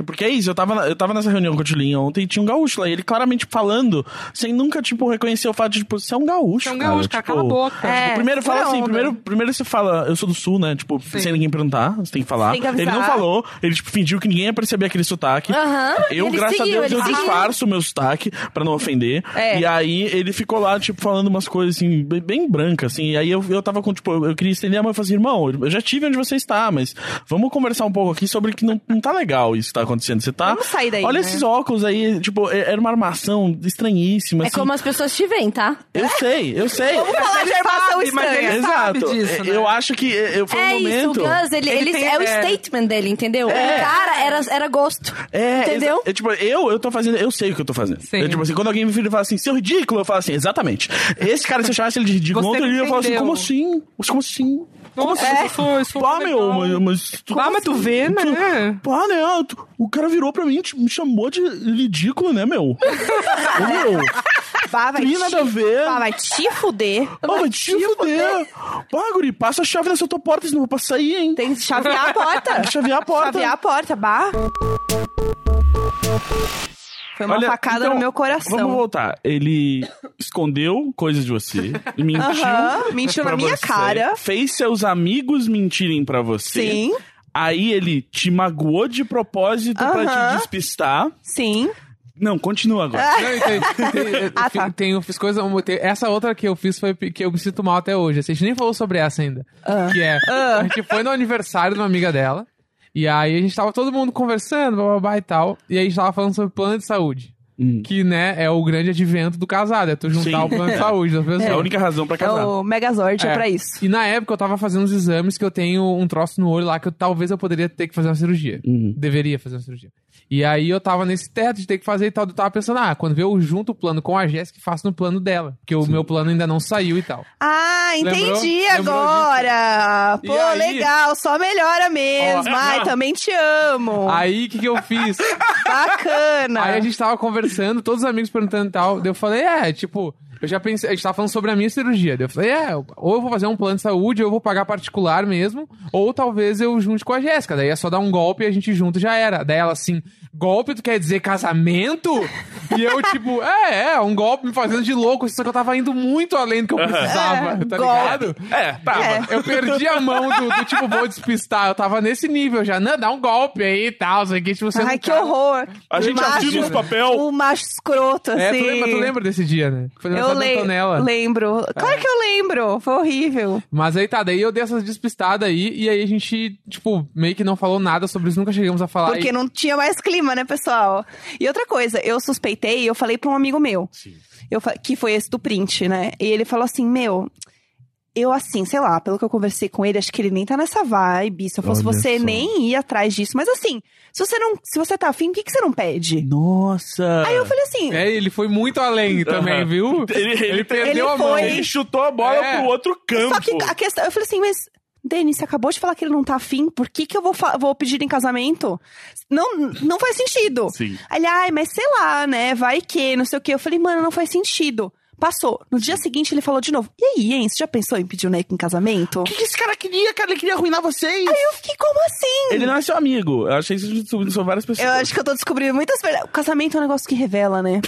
Porque é isso, eu tava, na- eu tava nessa reunião com o Tilinho ontem e tinha um gaúcho lá. E ele claramente falando, sem nunca, tipo, reconhecer o fato de, tipo, você é um gaúcho.
É um gaúcho, cara,
tipo,
cala a boca.
É.
Tipo, primeiro fala
fura
assim,
onda.
primeiro, primeiro você fala, eu sou do sul, né? Tipo, sem ninguém perguntar, você tem que falar.
Tem que avisar.
ele não falou, ele tipo, fingiu que ninguém ia perceber aquele sotaque.
Aham.
Eu,
Ele
graças
seguiu,
a Deus,
ele
eu
seguiu.
disfarço o meu sotaque pra não ofender.
É.
E aí ele ficou lá, tipo, falando umas coisas assim, bem, bem branca, assim. E aí eu, eu tava com, tipo, eu, eu queria estender a mão e falar assim, irmão, eu já tive onde você está, mas vamos conversar um pouco aqui sobre que não, não tá legal isso que tá acontecendo. Você tá.
Vamos sair daí,
Olha
né?
esses óculos aí, tipo, é- era uma armação estranhíssima.
É
assim.
como as pessoas te veem, tá?
Eu sei, eu sei.
Falar de armação
sabe, mas
estranha.
ele sabe
Exato.
disso, né?
Eu acho que eh, eu- foi
é
um
isso, o
momento.
Gus, ele,
Ele
ele-
tem-
é o
é.
statement dele, entendeu? O cara era, era gosto.
É,
entendeu?
exa- é, tipo, eu, eu tô fazendo, eu sei o que eu tô fazendo.
Sim.
É, tipo assim, quando alguém me vira e fala assim, seu ridículo, eu falo assim, exatamente. Esse cara, se eu chamasse ele de ridículo,
Você
ontem ele ia falar assim,
entendeu.
como assim? Mas Como assim?
É,
Como assim?
É.
Nossa, isso foi- isso foi
Ah,
Pá, meu,
legal.
mas, mas tu,
Pá, mas tu vê, né?
Pá, né? tu- o cara virou pra mim, te- me chamou de ridículo, né, meu? Ô, meu,
Bah, vai
tem nada a
te...
ver.
Bah, vai te fuder.
Pá, vai te fuder. Pá, guri, passa a chave nessa tua porta, senão eu vou sair, hein?
Tem que chavear a porta.
Tem que chavear a porta.
Chavear a porta, bah. Foi uma
Olha,
facada
então,
no meu coração.
Vamos voltar. Ele escondeu coisas de você, mentiu.
Aham, mentiu na
pra
minha
você,
cara.
Fez seus amigos mentirem pra você.
Sim,
Aí ele te magoou de propósito pra
Aham.
te despistar.
sim.
Não, continua
Ah,
agora.
Não, e tem, tem,
Ah, tá.
fi- tem- eu fiz coisa. uma- tem- essa outra que eu fiz foi pe- que eu me sinto mal até hoje. Assim, a gente nem falou sobre essa ainda.
Ah.
Que é.
Ah.
A gente foi no aniversário de uma amiga dela. E aí a gente tava todo mundo conversando, blá, blá, blá e tal. E aí a gente tava falando sobre plano de saúde.
Hum.
Que, né, é o grande advento do casado. É tu juntar
Sim.
o plano de saúde das pessoas.
É a única razão pra
É
casar.
o Megazord, é,
É.
pra isso.
E na época eu tava fazendo uns exames que eu tenho um troço no olho lá que eu, talvez eu poderia ter que fazer uma cirurgia.
Uhum.
Deveria fazer uma cirurgia. E aí eu tava nesse teto de ter que fazer e tal. Eu tava pensando, ah, quando eu junto o plano com a Jéssica, faço no plano dela. Porque o meu plano ainda não saiu e tal.
Ah, entendi
Lembrou? Lembrou
agora.
disso?
Pô,
E aí?
legal, só melhora mesmo.
Ó,
Ai,
não.
também te amo.
Aí o que, que eu fiz?
Bacana.
Aí a gente tava conversando, todos os amigos perguntando e tal. Daí eu falei, é, tipo, eu já pensei, a gente tava falando sobre a minha cirurgia. Daí eu falei, é, ou eu vou fazer um plano de saúde, ou eu vou pagar particular mesmo, ou talvez eu junte com a Jéssica. Daí é só dar um golpe e a gente junto já era. Daí ela assim, golpe, tu quer dizer casamento? e eu, tipo, é, é, um golpe me fazendo de louco, só que eu tava indo muito além do que eu precisava, tá ligado?
É, tava.
É.
Eu perdi a mão do, do, tipo, vou despistar. Eu tava nesse nível já. Não, dá um golpe aí e tal. Isso aqui, tipo, você
Ai,
não
que
tá-
horror.
A gente
Macho.
assina os papel.
O macho escroto, assim.
É, tu lembra, tu lembra desse dia, né? Foi
Eu
lançado na
le-
Antonella. É.
lembro. Claro que eu lembro. Foi horrível.
Mas aí tá, daí eu dei essas despistadas aí, e aí a gente, tipo, meio que não falou nada sobre isso, nunca chegamos a falar.
Porque
e...
não tinha mais clima, né, pessoal? E outra coisa, eu suspeitei, eu falei pra um amigo meu. Eu fa- que foi esse do print, né? E ele falou assim: "Meu, eu assim, sei lá, pelo que eu conversei com ele, acho que ele nem tá nessa vibe. Se eu fosse
Olha
você,
só.
nem ia atrás disso. Mas assim, se você não, se você tá afim, por que, que você não pede?
Nossa!
Aí eu falei assim,
É, ele foi muito além também, viu?
Ele, ele,
perdeu
ele
a mão.
foi-
ele chutou a bola
É.
pro outro campo.
só que a questão, eu falei assim, mas Denis, você acabou de falar que ele não tá afim, por que que eu vou, fa- vou pedir em casamento? Não, não faz sentido.
Sim.
Aí Ele, ai, mas sei lá, né? Vai que, não sei o quê. Eu falei, mano, não faz sentido. Passou. No dia seguinte ele falou de novo. E aí, hein? Você já pensou em pedir o Neco em casamento?
que esse cara queria, cara? Ele queria arruinar vocês.
Eu fiquei, como assim?
Ele não é seu amigo. Eu achei isso subindo sobre várias pessoas.
Eu acho que eu tô descobrindo muitas verdades. O casamento é um negócio que revela, né?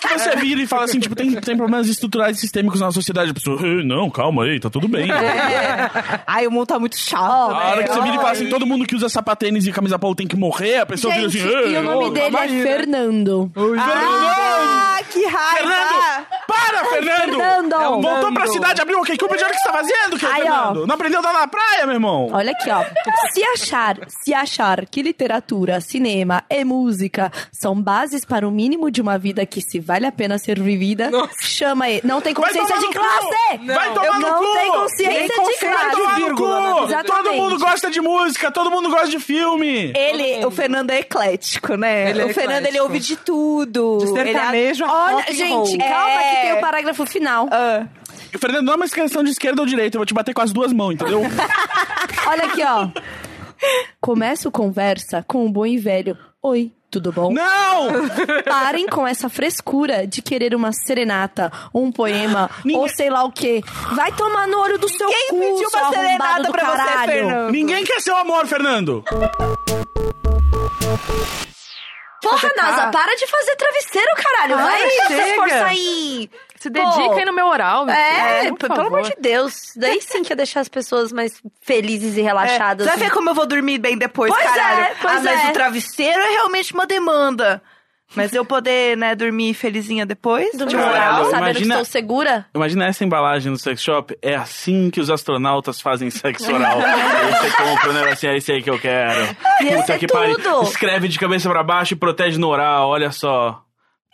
que você vira e fala assim, tipo, tem, tem problemas estruturais e sistêmicos na sociedade. A pessoa, "Eh, não, calma aí, tá tudo bem.
Ai, o mundo tá muito chato.
A hora que você vira e fala
é.
assim, todo mundo que usa sapatênis e camisa polo tem que morrer, a pessoa
Gente,
vira assim, "Eh,
e o nome
ô,
dele
calma
é
aí, né?"
Fernando.
Ah, que raiva!
Para, Fernando!
Ah, Fernando!
Voltou pra cidade, abriu o OK Cupid, olha o que você tá fazendo, que
Aí, ó.
Fernando. Não aprendeu a dar na praia, meu irmão?
Olha aqui, ó. Se achar, se achar que literatura, cinema e música são bases para o mínimo de uma vida que se vale a pena ser vivida, chama ele. Não tem
Vai
consciência
tomar
de
no cu!
classe!
Vai tomar
Eu
no
não
cu!
tenho consciência
Nem
de
consciência
classe,
tomar no
vírgula,
cu!
né? Exatamente.
Todo mundo gosta de música, todo mundo gosta de filme.
Ele, o Fernando é eclético, né?
Ele é
o Fernando, ele
eclético.
ouve de tudo.
De
Ele
sertanejo a
Olha,
rock and
gente,
roll.
calma que tem o par...
parágrafo final.
Fernando, não é uma questão de esquerda ou direita, eu vou te bater com as duas mãos, entendeu?
Olha aqui, ó. Começo conversa com o bom e velho. Oi, tudo bom?
não!
Parem com essa frescura de querer uma serenata, um poema, ou sei lá o quê. Vai tomar no olho do seu
Quem
cu,
pediu
seu
uma
arrombado
serenata
do
pra você,
caralho.
Fernando?
Ninguém quer seu amor, Fernando!
Porra,
Ah.
NASA, para de fazer travesseiro, caralho.
Ai,
Vai se
chega.
esforçar aí.
Se dedica
Pô.
aí no meu oral.
É,
por
p- pelo
favor.
amor de Deus. Daí sim que ia deixar as pessoas mais felizes e
É,
relachadas.
É, Você vai ver como eu vou dormir bem depois,
Pois
caralho.
é, pois
ah, mas
é.
o travesseiro é realmente uma demanda. Mas eu poder, né, dormir felizinha depois?
Do
de
meu
Caralho,
oral, sabendo que
imagina-
estou segura.
Imagina essa embalagem no sex shop. É assim que os astronautas fazem sexo oral. aí você compra, né? Assim, é esse aí que eu quero.
Ia ser é tudo.
Escreve de cabeça pra baixo e protege no oral, olha só.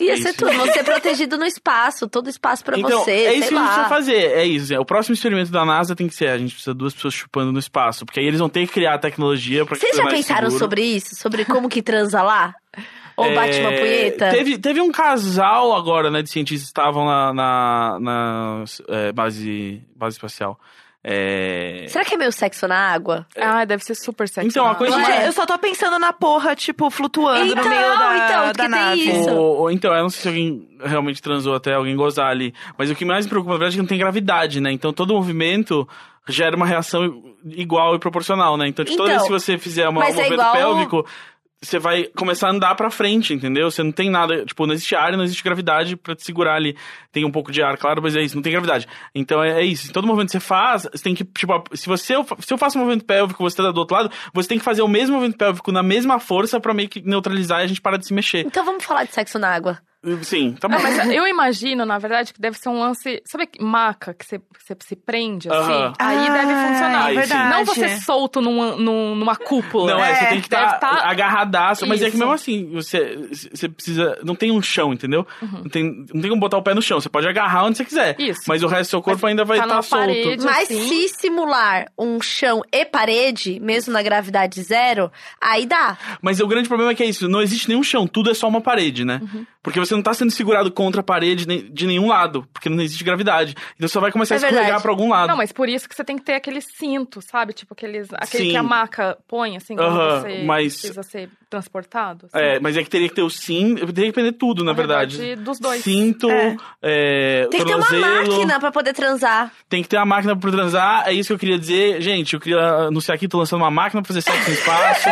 Ia
Isso.
ser tudo. Você protegido no espaço, todo espaço pra
então,
você.
é isso
sei
que a gente
lá.
precisa fazer. É isso. é. O próximo experimento da NASA tem que ser: a gente precisa de duas pessoas chupando no espaço. Porque aí eles vão ter que criar a tecnologia pra que
Vocês
seja
já
mais
pensaram
seguro.
sobre isso? Sobre como que transa lá? Ou
É,
bate uma punheta?
Teve, teve um casal agora, né, de cientistas que estavam na, na, na, é, base, base espacial. É,
Será que é meio sexo na água?
Ai, Ah, deve ser super sexy. né?
Então, a coisa-
Gente, eu só tô pensando na porra, tipo, flutuando
Então,
no meio da,
então, porque
da
tem
nave.
isso.
Ou- ou- então, eu não sei se alguém realmente transou até alguém gozar ali. Mas o que mais me preocupa, na verdade, é que não tem gravidade, né? Então todo movimento gera uma reação igual e proporcional, né? Então, tipo, toda
Então,
vez que você fizer uma, um
mas é
movimento
igual-
pélvico, você vai começar a andar pra frente, entendeu? Você não tem nada, tipo, não existe ar, não existe gravidade pra te segurar ali. Tem um pouco de ar, claro, mas é isso, não tem gravidade. Então é, é isso. Todo movimento que você faz, você tem que, tipo, a- se você se eu faço um movimento pélvico, você tá do outro lado, você tem que fazer o mesmo movimento pélvico na mesma força pra meio que neutralizar e a gente para de se mexer.
Então vamos falar de sexo na água.
Sim, tá bom.
Não, mas eu imagino, na verdade, que deve ser um lance. Sabe que maca que você, que você se prende assim?
Aham.
Aí deve funcionar.
Aí sim.
verdade.
Não você solto num, num- numa cúpula.
Não, é, você tem que
deve
estar
tá-
agarradaço. Mas é que
Isso.
mesmo assim, você, você precisa. Não tem um chão, entendeu? Não, tem, não tem como botar o pé no chão. Você pode agarrar onde você quiser.
Isso.
Mas o resto do seu corpo ainda vai
tá
estar
numa
solto.
parede.
Mas
assim.
se simular um chão e parede, mesmo na gravidade zero, aí dá.
Mas o grande problema é que é isso: não existe nenhum chão, tudo é só uma parede, né? Porque você não tá sendo segurado contra a parede nem- de nenhum lado, porque não existe gravidade. Então você só vai começar
É
a escorregar
verdade.
pra algum lado.
Não, mas por isso que você tem que ter aquele cinto, sabe? Tipo aqueles, aquele
Sim.
que a maca põe, assim, quando
Aham,
você
mas-
precisa ser transportado. assim.
É, mas é que teria que ter o sim, teria que aprender tudo, na,
Na
verdade.
verdade, dos dois.
Cinto,
É.
é,
Tem que ter uma
tornozelo.
máquina pra poder transar.
Tem que ter uma máquina pra transar, é isso que eu queria dizer. Gente, eu queria anunciar aqui, tô lançando uma máquina pra fazer sexo no espaço.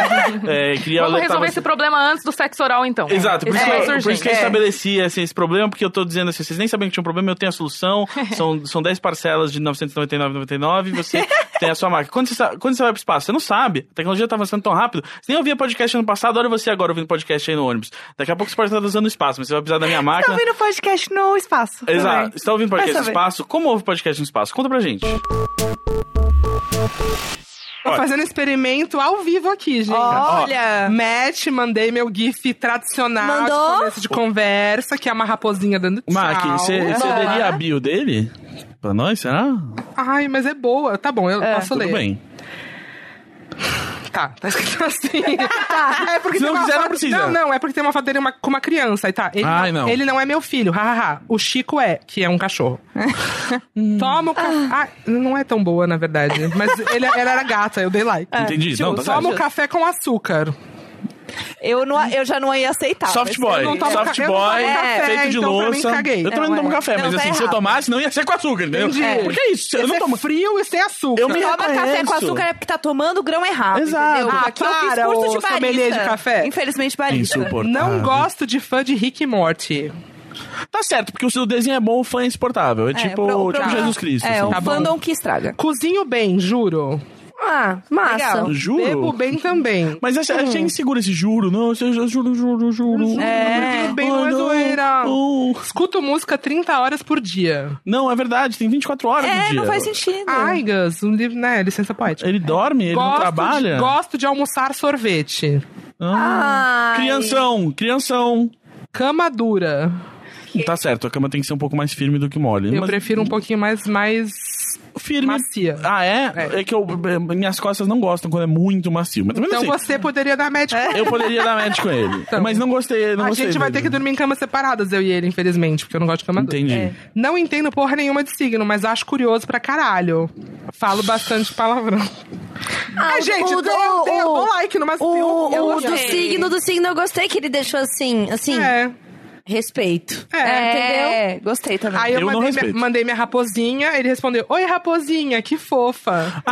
É, queria
Vamos
alertar
resolver
você-
esse problema antes do sexo oral, então.
Exato, por
Esse
isso,
é mais
que, eu- por isso que eu
urgente.
estabeleci assim, esse problema, porque eu tô dizendo assim, vocês nem sabiam que tinha um problema, eu tenho a solução, são, são 10 parcelas de 999,99 e você tem a sua marca. Quando você, sa- quando você vai pro espaço, você não sabe, a tecnologia tá avançando tão rápido, você nem ouvia podcast ano passado, olha você agora ouvindo podcast aí no ônibus. Daqui a pouco você pode estar usando o espaço, mas você vai precisar da minha
Tá
máquina.
ouvindo podcast no espaço.
Exato,
também.
você tá ouvindo podcast
Vai
no
saber.
espaço? Como ouve podcast no espaço? Conta pra gente.
Tô fazendo experimento ao vivo aqui, gente.
Olha!
Match, mandei meu gif tradicional
Mandou?
de começo de conversa, que é uma raposinha dando tchau.
Mark, você
Vamos lá.
cederia a bio dele? Pra nós, será?
Ai, mas é boa. Tá bom, eu posso
Tudo
ler.
bem.
Tá, tá escrito assim. É porque
Se
tem
não
uma
quiser, não
foto-
precisa.
Não, não, é porque tem uma foto dele uma- com uma criança. Aí tá, ele,
Ai,
não,
não.
ele não é meu filho, hahaha. O Chico é, que é um cachorro. Hum. Toma o café. Ah, não é tão boa, na verdade. Mas ele, ela era gata, É. Tipo, eu dei like.
Entendi. não, tá
Toma o
certo.
café com açúcar.
Eu, não, eu já não ia aceitar.
Soft
mas
boy,
eu não tomo
soft
café, eu não tomo
boy,
café,
feito de
então pra mim
louça.
caguei.
Eu também
Não,
não tomo
é.
café,
Não,
mas
tá
assim, se eu
errado.
tomasse, não ia ser com açúcar, entendeu?
Entendi.
Porque é isso, eu
Esse
não
é
tomo...
frio e sem açúcar.
Eu me
Toma café com
reconheço.
açúcar é porque tá tomando o grão errado.
Exato.
Entendeu?
Ah,
Aqui eu fiz
para,
curso
ô,
de
sommelier
barista.
de café.
Infelizmente, barista.
Insuportável.
Não gosto de fã de Rick e Morty.
Tá certo, porque o seu desenho é bom, o fã é insuportável. É,
É,
tipo,
pro- o
tipo
problema-
Jesus Cristo.
É,
assim.
o
Tá bom.
fandom que estraga.
Cozinho bem, juro.
Ah, massa.
Legal.
Juro.
Bebo bem Hum. também.
Mas achei, achei inseguro esse juro. Não, eu eu juro, juro, juro.
É. Bem não é zoeira.
Não.
Escuto música 30 horas por dia.
Não, é verdade, tem 24 horas do
É,
dia.
não faz sentido.
Ai, Gus, um livro, né? Licença poética.
Ele dorme, ele não
Gosto
trabalha.
De, gosto de almoçar sorvete.
Ah. Crianção, crianção.
Cama dura.
Tá certo, a cama tem que ser um pouco mais firme do que mole.
Eu
mas
prefiro um pouquinho mais, mais
firme.
macia.
Ah, é? É, que eu, minhas costas não gostam quando é muito macio. Mas também
Então
assim,
você poderia dar médico.
eu poderia dar match com ele.
Então.
mas não gostei, não
A
gostei
gente vai ter
dele.
que dormir em camas separadas, eu e ele, infelizmente, porque eu não gosto de cama dura.
Entendi.
Não entendo porra nenhuma de signo, mas acho curioso pra caralho. Falo bastante palavrão.
Ah,
Ai,
o-
gente,
o
eu
do-
deu, deu, dou um like numa
O,
eu- eu
o do
gostei.
signo do signo eu gostei que ele deixou assim, assim,
É.
respeito.
É.
É, gostei também.
Aí eu,
Eu não
mandei, minha,
respeito.
mandei minha raposinha, ele respondeu: Oi, raposinha, que fofa.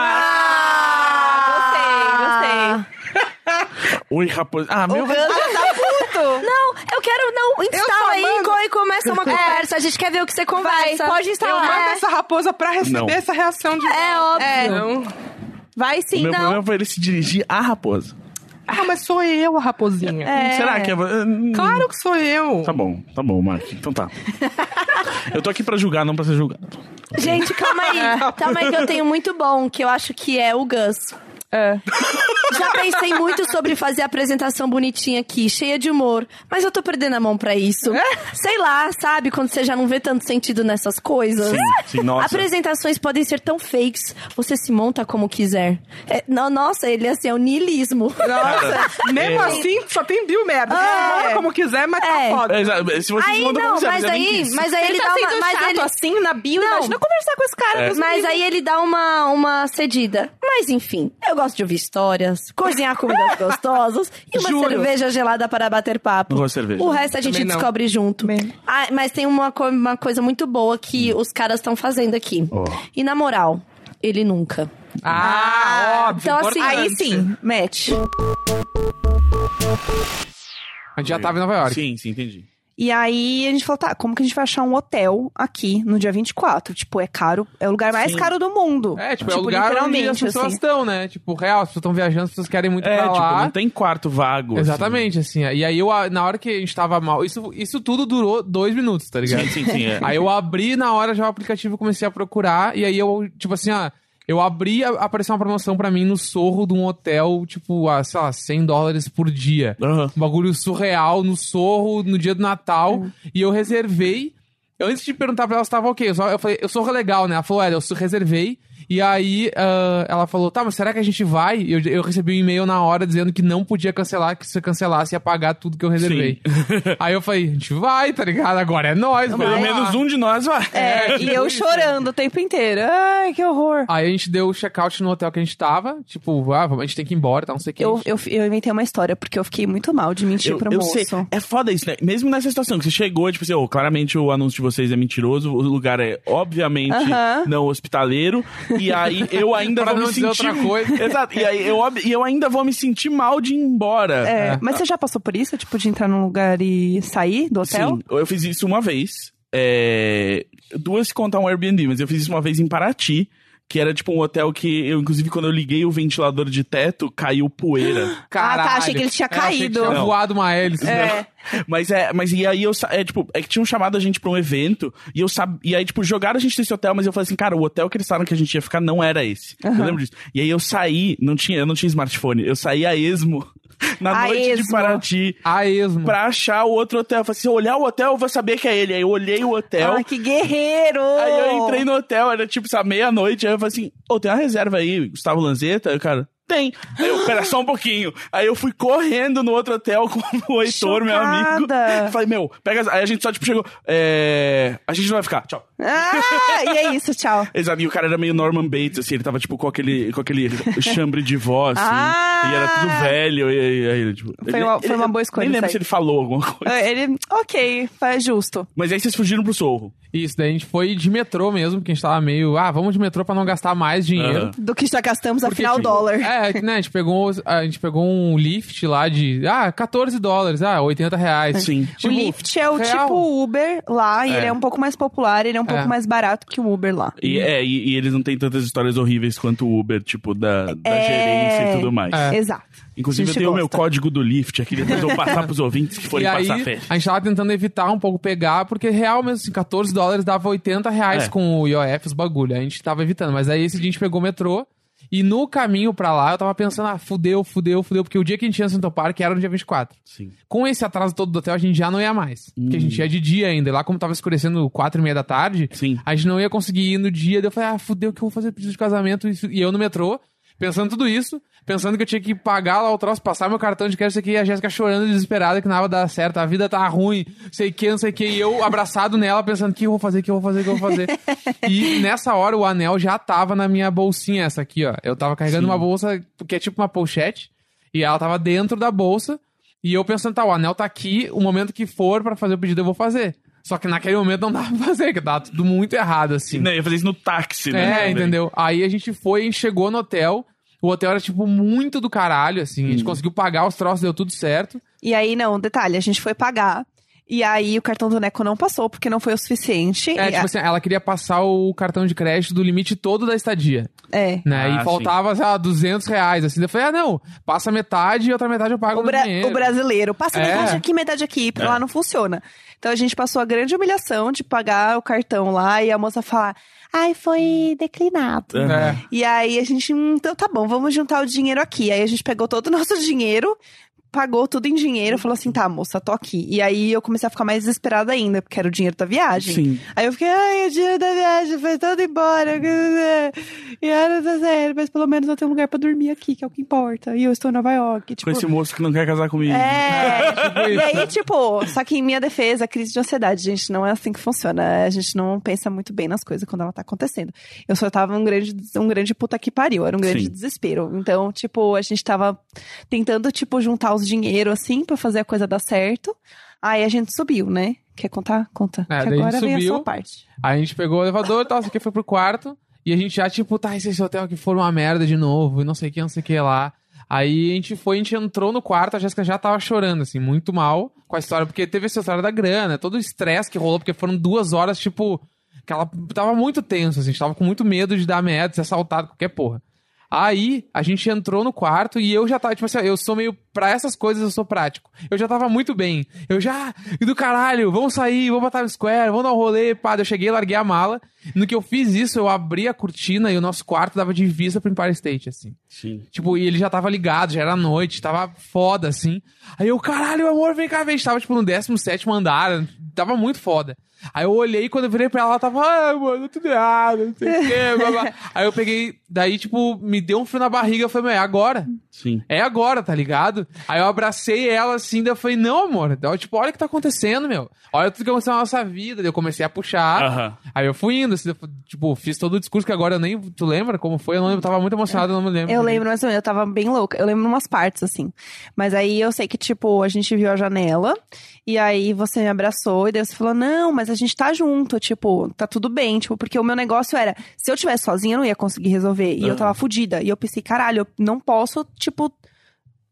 Ah!
Ah, gostei, gostei.
Oi, raposa. Ah, meu vai.
Não, eu quero, não,
só
instala aí
mando-
e começa uma conversa. A gente quer ver o que você conversa.
Vai, pode
Eu
instalar.
mando
é.
essa raposa pra receber
Não.
essa reação de.
É óbvio.
Não.
Vai
O
sim,
então-
meu
não.
problema foi ele se dirigir à raposa.
Ah, mas sou eu a raposinha.
Será que é.
Claro que sou eu.
Tá bom, tá bom, Mark. Então tá. eu tô aqui pra julgar, não pra ser julgado.
Gente, calma aí. calma aí que eu tenho muito bom, que eu acho que é o Gus. É. Já pensei muito sobre fazer a apresentação bonitinha aqui, cheia de humor, mas eu tô perdendo a mão pra isso. Sei lá, sabe? Quando você já não vê tanto sentido nessas coisas.
Sim, sim, nossa.
Apresentações podem ser tão fakes, você se monta como quiser. É, no- nossa, ele assim, é o niilismo.
Nossa, mesmo
é.
assim, só tem bio merda. Você manda como quiser, mas tá
É.
foda.
É, exato. se vocês
Aí
mandam
não,
como quiser, é
mas
eu nem
aí,
quis.
mas aí ele,
ele
dá
tá
uma,
sendo
mas
chato
ele-
assim na bio.
Não.
Imagina conversar com esse cara.
É.
Deus me
Mas
livre.
aí ele dá uma, uma cedida. Mas enfim, eu gosto de ouvir histórias, cozinhar comidas gostosas e uma
Juro.
cerveja gelada para bater papo.
Não gosto de cerveja.
O resto a gente
Também não.
descobre junto. Ah, mas tem uma, co- uma coisa muito boa que os caras estão fazendo aqui. E na moral, ele nunca. Ah, óbvio.
Então, assim,
importante.
Aí sim, match.
A gente já tava em Nova York.
Sim, sim, entendi.
E aí a gente falou, tá, como que a gente vai achar um hotel aqui no dia 24? Tipo, é caro, é o lugar mais
Sim.
caro do mundo.
É, tipo, é o lugar onde as
literalmente,
pessoas
assim.
estão, né? Tipo, real, as pessoas estão viajando, as pessoas querem muito
É,
pra
tipo,
lá.
não tem quarto vago. assim.
Exatamente, assim. E aí, eu, a- na hora que a gente tava mal, isso, isso tudo durou dois minutos, tá ligado?
Sim, sim, sim. é.
Aí eu abri na hora já o aplicativo e comecei a procurar. E aí eu, tipo assim, ah, eu abri, a- apareceu uma promoção pra mim no sorro de um hotel, tipo, a, sei lá, 100 dólares por dia.
Aham.
Um bagulho surreal no sorro, no dia do Natal.
É.
E eu reservei. Antes de perguntar pra ela se tava ok, eu, só, eu falei, eu sou legal, né? Ela falou, é, eu su- reservei. E aí ah, ela falou, tá, mas será que a gente vai? E eu, eu recebi um e-mail na hora dizendo que não podia cancelar, que se eu cancelasse ia pagar tudo que eu reservei. aí eu falei, a gente vai, tá ligado? Agora é nós,
Pelo menos um de nós vai.
É, e
né?
eu chorando o tempo inteiro. Ai, que horror.
Aí a gente deu o check-out no hotel que a gente tava. Tipo, ah, vamos- a gente tem que ir embora, tá? Não sei o que.
Eu, eu, eu inventei uma história, porque eu fiquei muito mal de mentir tipo, pro moço.
sei. É foda isso, né? Mesmo nessa situação que você chegou, tipo assim, ô, claramente o anúncio de vocês é mentiroso, o lugar é obviamente
Aham.
não hospitaleiro, e aí eu ainda
Pra
vou
não
me
dizer
sentir.
outra coisa.
Exato, e aí eu, ob- e eu ainda vou me sentir mal de ir embora.
É, Mas você já passou por isso? Tipo, de entrar num lugar e sair do hotel?
Sim, eu fiz isso uma vez. É, Duas se contar um Airbnb, mas eu fiz isso uma vez em Paraty, que era tipo um hotel que eu, inclusive, quando eu liguei o ventilador de teto, caiu poeira.
Caralho.
Ah, tá, achei que ele tinha
É, achei que
caído.
tinha
Não.
voado uma hélice.
É.
Mas é, mas e aí eu sa- é, tipo, é que tinham chamado a gente pra um evento e eu sabia, e aí tipo jogaram a gente nesse hotel, mas eu falei assim, cara, o hotel que eles falaram que a gente ia ficar não era esse. Eu lembro disso. E aí eu saí, não tinha, eu não tinha smartphone, eu saí a esmo na
A
noite de
esmo.
Paraty.
A esmo.
Pra achar o outro hotel. Eu falei, assim, se eu olhar o hotel, eu vou saber que é ele. Aí eu olhei o hotel.
Ah, que guerreiro!
Aí eu
Oh.
entrei no hotel, era tipo, sabe, meia-noite. Aí eu falei assim: Ô, tem uma reserva aí, Gustavo Lanzetta? Aí o cara, tem. Aí eu, pera só um pouquinho. Aí eu fui correndo no outro hotel com o Heitor, meu amigo.
Chocada.
Eu falei, meu, pega. as-" Aí a gente só, tipo, chegou. É. A gente não vai ficar, tchau.
Ah, e é isso, tchau.
Exato, e o cara era meio Norman Bates, assim, ele tava, tipo, com aquele, com aquele chambre de voz, assim.
Ah!
E era tudo velho. E aí, aí, ele, tipo.
Foi uma- foi uma boa escolha
Nem lembro
isso
se
aí.
ele falou alguma coisa.
Ah, Ele, ok, faz justo.
Mas aí vocês fugiram pro sorro.
Isso, daí a gente foi de metrô mesmo, porque a gente tava meio, ah, vamos de metrô pra não gastar mais dinheiro.
Aham.
Do que já gastamos,
Porque,
afinal, o
tipo,
dólar.
É, que, né, a gente, pegou, a gente pegou um lift lá de, ah, 14 dólares, ah, 80 reais.
Sim.
Tipo,
o Lyft é o
real.
tipo Uber lá, e ele é um pouco mais popular, ele é um pouco
É.
mais barato que o Uber lá.
E, é, e, e eles não têm tantas histórias horríveis quanto o Uber, tipo, da, da
É.
gerência e tudo mais.
É.
Exato.
Inclusive,
A
eu
gente
tenho o meu
gosta.
código do Lyft aqui, depois eu vou passar pros ouvintes que forem
e aí,
passar férias.
a gente tava tentando evitar um pouco pegar, porque real mesmo, assim, 14 dólares dava 80 reais
É.
com o IOF, os bagulho. A gente tava evitando. Mas aí esse dia a gente pegou o metrô. E no caminho pra lá, eu tava pensando, ah, fudeu, fudeu, fudeu. Porque o dia que a gente ia no Central Park era no dia 24.
Sim.
Com esse atraso todo do hotel, a gente já não ia mais. Porque a
Hum.
gente ia de dia ainda. E lá, como tava escurecendo 4 e meia da tarde,
Sim.
a gente não ia conseguir ir no dia. Daí eu falei, ah, fudeu, que eu vou fazer pedido de casamento. isso- E eu no metrô, pensando tudo isso, pensando que eu tinha que pagar lá o troço, passar meu cartão de crédito, isso aqui, e a Jéssica chorando desesperada, que nada dá certo, a vida tá ruim, sei que, não sei que. E eu abraçado nela, pensando, o que eu vou fazer, o que eu vou fazer, o que eu vou fazer. e nessa hora o anel já tava na minha bolsinha, essa aqui, ó. Eu tava carregando uma bolsa, que é tipo uma pochete, e ela tava dentro da bolsa. E eu pensando, tá, o anel tá aqui, o momento que for pra fazer o pedido eu vou fazer. Só que naquele momento não dava pra fazer, que tava tudo muito errado, assim.
Não, eu ia fazer isso no táxi, né?
É, entendeu? Aí a gente foi, a gente chegou no hotel. O hotel era, tipo, muito do caralho, assim. A gente conseguiu pagar os troços, deu tudo certo.
E aí, não, detalhe, a gente foi pagar. E aí o cartão do Neco não passou, porque não foi o suficiente.
É,
E
tipo assim, ela queria passar o cartão de crédito do limite todo da estadia,
a- é.
né?
Ah,
e faltava, sei lá, 200 reais, assim. Eu falei, ah, não, passa metade e outra metade eu pago
O,
no
bra-
dinheiro.
o brasileiro. Passa
É.
metade aqui, metade aqui, porque lá não funciona. Então a gente passou a grande humilhação de pagar o cartão lá e a moça falar: ai, foi declinado.
É.
E aí a gente, "Hum, então tá bom, vamos juntar o dinheiro aqui. Aí a gente pegou todo o nosso dinheiro, pagou tudo em dinheiro, falou assim: tá, moça, tô aqui. E aí eu comecei a ficar mais desesperada ainda, porque era o dinheiro da viagem.
Sim.
Aí eu fiquei, ai, o dinheiro da viagem foi todo embora. E era tá sério, mas pelo menos eu tenho um lugar pra dormir aqui, que é o que importa. E eu estou em Nova York.
Com
Tipo,
esse moço que não quer casar comigo.
é.
tipo
e
isso.
aí, tipo, só que em minha defesa, crise de ansiedade, gente, não é assim que funciona. A gente não pensa muito bem nas coisas quando ela tá acontecendo. Eu só tava um grande, um grande puta que pariu, era um grande
Sim.
desespero. Então, tipo, a gente tava tentando, tipo, juntar os dinheiro, assim, pra fazer a coisa dar certo. Aí a gente subiu, né? Quer contar? Conta.
É,
que
daí a gente
agora vem a
subiu.
sua parte.
Aí a gente pegou o elevador e tal, isso aqui foi pro quarto. E a gente já, tipo, tá, esse hotel aqui foi uma merda de novo, e não sei o que, não sei o que lá. Aí a gente foi, a gente entrou no quarto, a Jéssica já tava chorando, assim, muito mal com a história, porque teve essa história da grana, todo o estresse que rolou, porque foram duas horas, tipo, que ela tava muito tenso, assim, a gente tava com muito medo de dar merda, de ser assaltado, qualquer porra. Aí, a gente entrou no quarto e eu já tava, tipo assim, ó, eu sou meio, pra essas coisas eu sou prático. Eu já tava muito bem. Eu já, e do caralho, vamos sair, vamos pra Times Square, vamos dar um rolê, pá. Eu cheguei, larguei a mala. No que eu fiz isso, eu abri a cortina e o nosso quarto dava de vista pro Empire State, assim.
Sim.
Tipo, e ele já tava ligado, já era noite, tava foda, assim. Aí eu, caralho, amor, vem cá, vem. A gente tava, tipo, no 17 andar, tava muito foda. Aí eu olhei, quando eu virei pra ela, ela tava, ah, mano, tudo errado, não sei o quê, blá, blá. Aí eu peguei, daí, tipo, me deu um frio na barriga, eu falei, meu, é agora.
Sim.
É agora, tá ligado? Aí eu abracei ela assim, daí eu falei, não, amor, daí eu, tipo, olha o que tá acontecendo, meu. Olha tudo que aconteceu na nossa vida. Daí eu comecei a puxar.
Aham.
Aí eu fui indo, assim, eu, tipo, fiz todo o discurso que agora eu nem. Tu lembra como foi? Eu não lembro, tava muito emocionado, eu não me lembro.
Eu lembro, mas eu tava bem louca. Eu lembro umas partes, assim. Mas aí eu sei que, tipo, a gente viu a janela. E aí você me abraçou. E daí você falou, não, mas a gente tá junto. Tipo, tá tudo bem. Tipo, porque o meu negócio era, se eu tivesse sozinha, eu não ia conseguir resolver. E eu tava fodida. E eu pensei, caralho, eu não posso, tipo,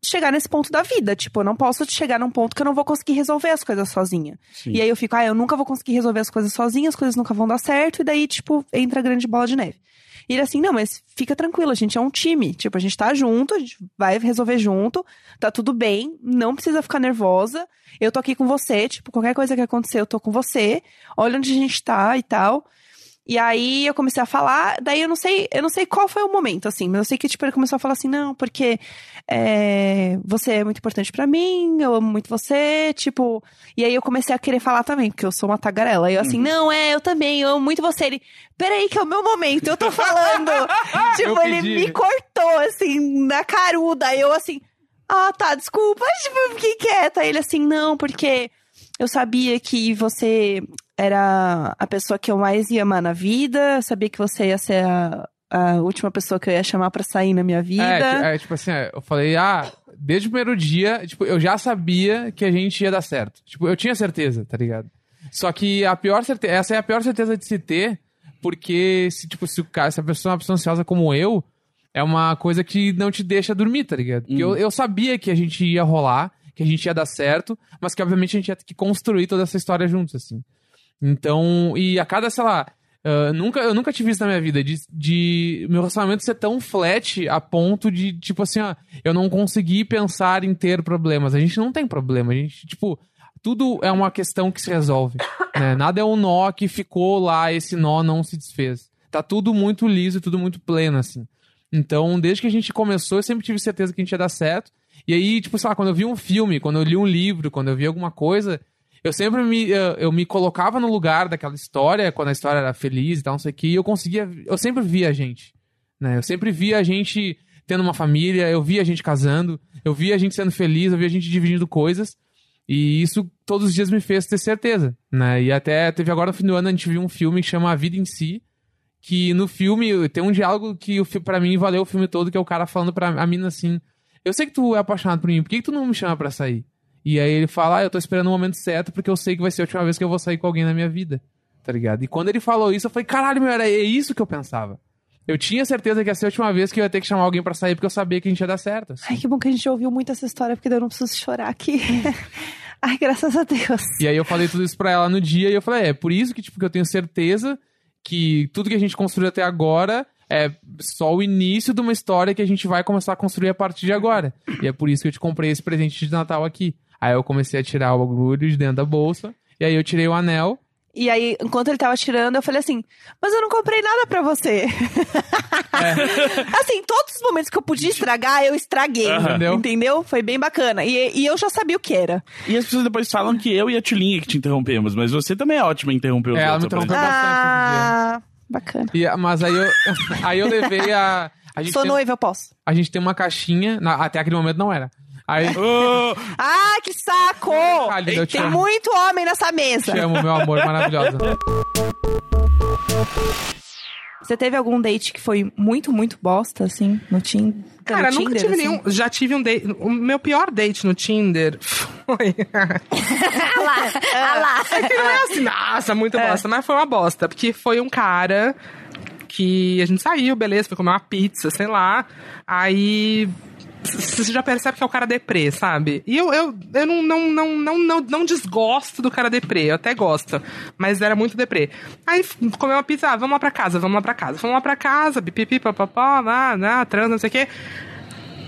chegar nesse ponto da vida. Tipo, eu não posso chegar num ponto que eu não vou conseguir resolver as coisas sozinha.
Sim.
E aí eu fico, ah, eu nunca vou conseguir resolver as coisas sozinha, as coisas nunca vão dar certo, e daí, tipo, entra a grande bola de neve. E ele assim, não, mas fica tranquilo, a gente é um time. Tipo, a gente tá junto, a gente vai resolver junto, tá tudo bem, não precisa ficar nervosa. Eu tô aqui com você, tipo, qualquer coisa que acontecer, eu tô com você. Olha onde a gente tá e tal. E aí eu comecei a falar, daí eu não sei, eu não sei qual foi o momento, assim, mas eu sei que, tipo, ele começou a falar assim, não, porque é, você é muito importante pra mim, eu amo muito você, tipo. E aí eu comecei a querer falar também, porque eu sou uma tagarela. E eu
Uhum.
assim, não, é, eu também, eu amo muito você. Ele, peraí, que é o meu momento, eu tô falando. tipo,
Eu
ele
pedi.
me cortou, assim, na caruda. Aí eu assim, ah, tá, desculpa, tipo, eu fiquei quieta. Aí ele assim, não, porque eu sabia que você era a pessoa que eu mais ia amar na vida, eu sabia que você ia ser a. a última pessoa que eu ia chamar pra sair na minha vida.
É, ti- é, tipo assim, é, eu falei, ah, desde o primeiro dia, tipo, eu já sabia que a gente ia dar certo. Tipo, eu tinha certeza, tá ligado? Só que a pior certeza, essa é a pior certeza de se ter, porque se, tipo, se o cara, se a pessoa é uma pessoa ansiosa como eu, é uma coisa que não te deixa dormir, tá ligado? Porque eu, eu sabia que a gente ia rolar, que a gente ia dar certo, mas que obviamente a gente ia ter que construir toda essa história juntos, assim. Então, e a cada, sei lá, ah, nunca, eu nunca tive isso na minha vida, de, de meu relacionamento ser tão flat a ponto de, tipo assim, ó, eu não consegui pensar em ter problemas. A gente não tem problema, a gente, tipo, tudo é uma questão que se resolve. né? Nada é um nó que ficou lá, esse nó não se desfez. Tá tudo muito liso, tudo muito pleno, assim. Então, desde que a gente começou, eu sempre tive certeza que a gente ia dar certo. E aí, tipo, sei lá, quando eu vi um filme, quando eu li um livro, quando eu vi alguma coisa, eu sempre me, eh, eu, eu me colocava no lugar daquela história, quando a história era feliz e tal, não sei o que, e eu conseguia, eu sempre via a gente, né? Eu sempre via a gente tendo uma família, eu via a gente casando, eu via a gente sendo feliz, eu via a gente dividindo coisas, e isso todos os dias me fez ter certeza, né? E até teve agora no fim do ano, a gente viu um filme que chama A Vida em Si, que no filme tem um diálogo que o fi- pra mim valeu o filme todo, que é o cara falando pra a mina assim, eu sei que tu é apaixonado por mim, por que, que tu não me chama pra sair? E aí ele fala, ah, eu tô esperando o momento certo porque eu sei que vai ser a última vez que eu vou sair com alguém na minha vida, tá ligado? E quando ele falou isso, eu falei, caralho, meu, era é isso que eu pensava. Eu tinha certeza que ia ser a última vez que eu ia ter que chamar alguém pra sair porque eu sabia que a gente ia dar certo. assim.
Ai, que bom que a gente ouviu muito essa história, porque daí eu não preciso chorar aqui. Ai, graças a Deus.
E aí eu falei tudo isso pra ela no dia e eu falei, é, por isso que, tipo, que eu tenho certeza que tudo que a gente construiu até agora é só o início de uma história que a gente vai começar a construir a partir de agora. E é por isso que eu te comprei esse presente de Natal aqui. Aí eu comecei a tirar o bagulho de dentro da bolsa. E aí eu tirei o anel.
E aí, enquanto ele tava tirando, eu falei assim: Mas eu não comprei nada pra você.
É.
assim, todos os momentos que eu podia estragar, eu estraguei.
Entendeu?
Entendeu? Foi bem bacana. E, e eu já sabia o que era.
E as pessoas depois falam que eu e a Tulinha que te interrompemos, mas você também é ótima em interromper os
É, ela me
outros.
interrompeu
aparentemente.
bastante.
Ah, bacana.
no dia. E, mas aí eu, aí eu levei a. A gente,
Sou
tem, um
noiva, eu posso.
a gente tem uma caixinha. na- até aquele momento não era. Aí.
Ah, que saco!
Kalina, eu te
Tem
amo.
muito homem nessa mesa.
Te amo, meu amor, maravilhosa.
Você teve algum date que foi muito, muito bosta, assim, no, tin...
Cara,
no
nunca
Tinder?
tive
assim?
nenhum. Já tive um date. O meu pior date no Tinder foi.
Ah lá.
Ah
É que não é assim, nossa, muito bosta, mas foi uma bosta. Porque foi um cara que a gente saiu, beleza, foi comer uma pizza, sei lá. Aí você já percebe que é o cara deprê, sabe? E eu, eu, eu não, não, não, não, não, não desgosto do cara deprê, eu até gosto. Mas era muito deprê. Aí f- comeu uma pizza, ah, vamos lá pra casa, vamos lá pra casa. Vamos lá pra casa, pipipi, papapá, lá, lá, trans, não sei o quê.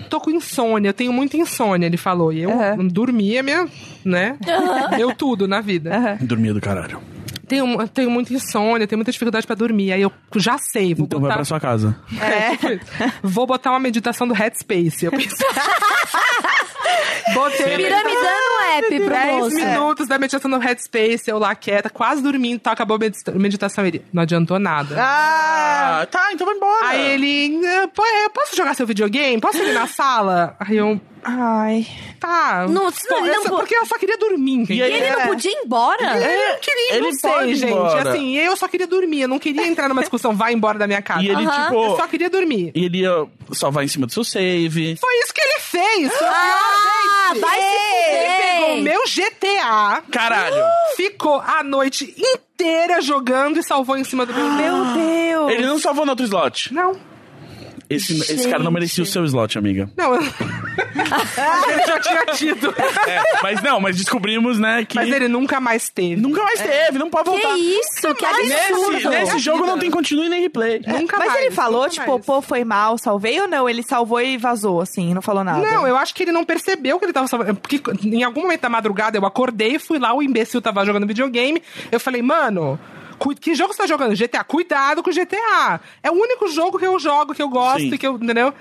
Tô com insônia, eu tenho muita insônia, ele falou. E eu
Aham.
dormia minha, né? Eu tudo na vida
Dormia do caralho.
tenho, tenho muita insônia, tenho muita dificuldade pra dormir. Aí eu já sei, vou
Então vai
botar.
pra sua casa.
É, tipo isso. Vou botar uma meditação do Headspace. Eu pensei. Botei
Piramidando o é app pro
10
moço.
minutos da meditação do Headspace, eu lá quieta, quase dormindo, tá, acabou a medita- meditação. Ele, não adiantou nada.
Ah,
Ah, tá, então vai embora.
Aí ele, "Ah, pô, é, posso jogar seu videogame? Posso ir na sala? Aí eu,
ai.
Não,
tá. Pô,
não,
eu só-
não-
porque eu só queria dormir, entendeu?
E
é.
ele não podia ir embora?
Eu não queria,
É, Ele
não sei,
pode ir
gente.
embora.
Assim, eu só queria dormir. Eu não queria entrar numa discussão, vai embora da minha casa. Ah,
E ele,
Aham. É
tipo.
Eu só queria dormir.
E ele ia salvar em cima do seu save.
Foi isso que ele fez. Foi
Ah,
gente.
vai se
Ele pegou o
fuder!
meu GTA,
Caralho!
ficou a noite inteira jogando e salvou em cima do meu Deus.
Deus.
Ele não salvou no outro slot.
Não,
Esse, esse cara não merecia o seu slot, amiga.
não. eu- ele já tinha tido.
É, mas não, mas descobrimos, né, que.
Mas ele nunca mais teve.
Nunca mais teve, não pode
É. Que
voltar.
isso, é que
Nesse,
absurdo!
nesse jogo não tem continue nem replay.
É.
Nunca
Mas
mais.
ele falou,
nunca
tipo,
mais.
pô, foi mal, salvei ou não? Ele salvou e vazou, assim, não falou nada.
Não, eu acho que ele não percebeu que ele tava salvando. Porque em algum momento da madrugada eu acordei, fui lá, o imbecil tava jogando videogame. Eu falei, mano. cu- Que jogo você tá jogando? GTA. Cuidado com GTA. É o único jogo que eu jogo, que eu gosto,
Sim.
e que eu. Entendeu?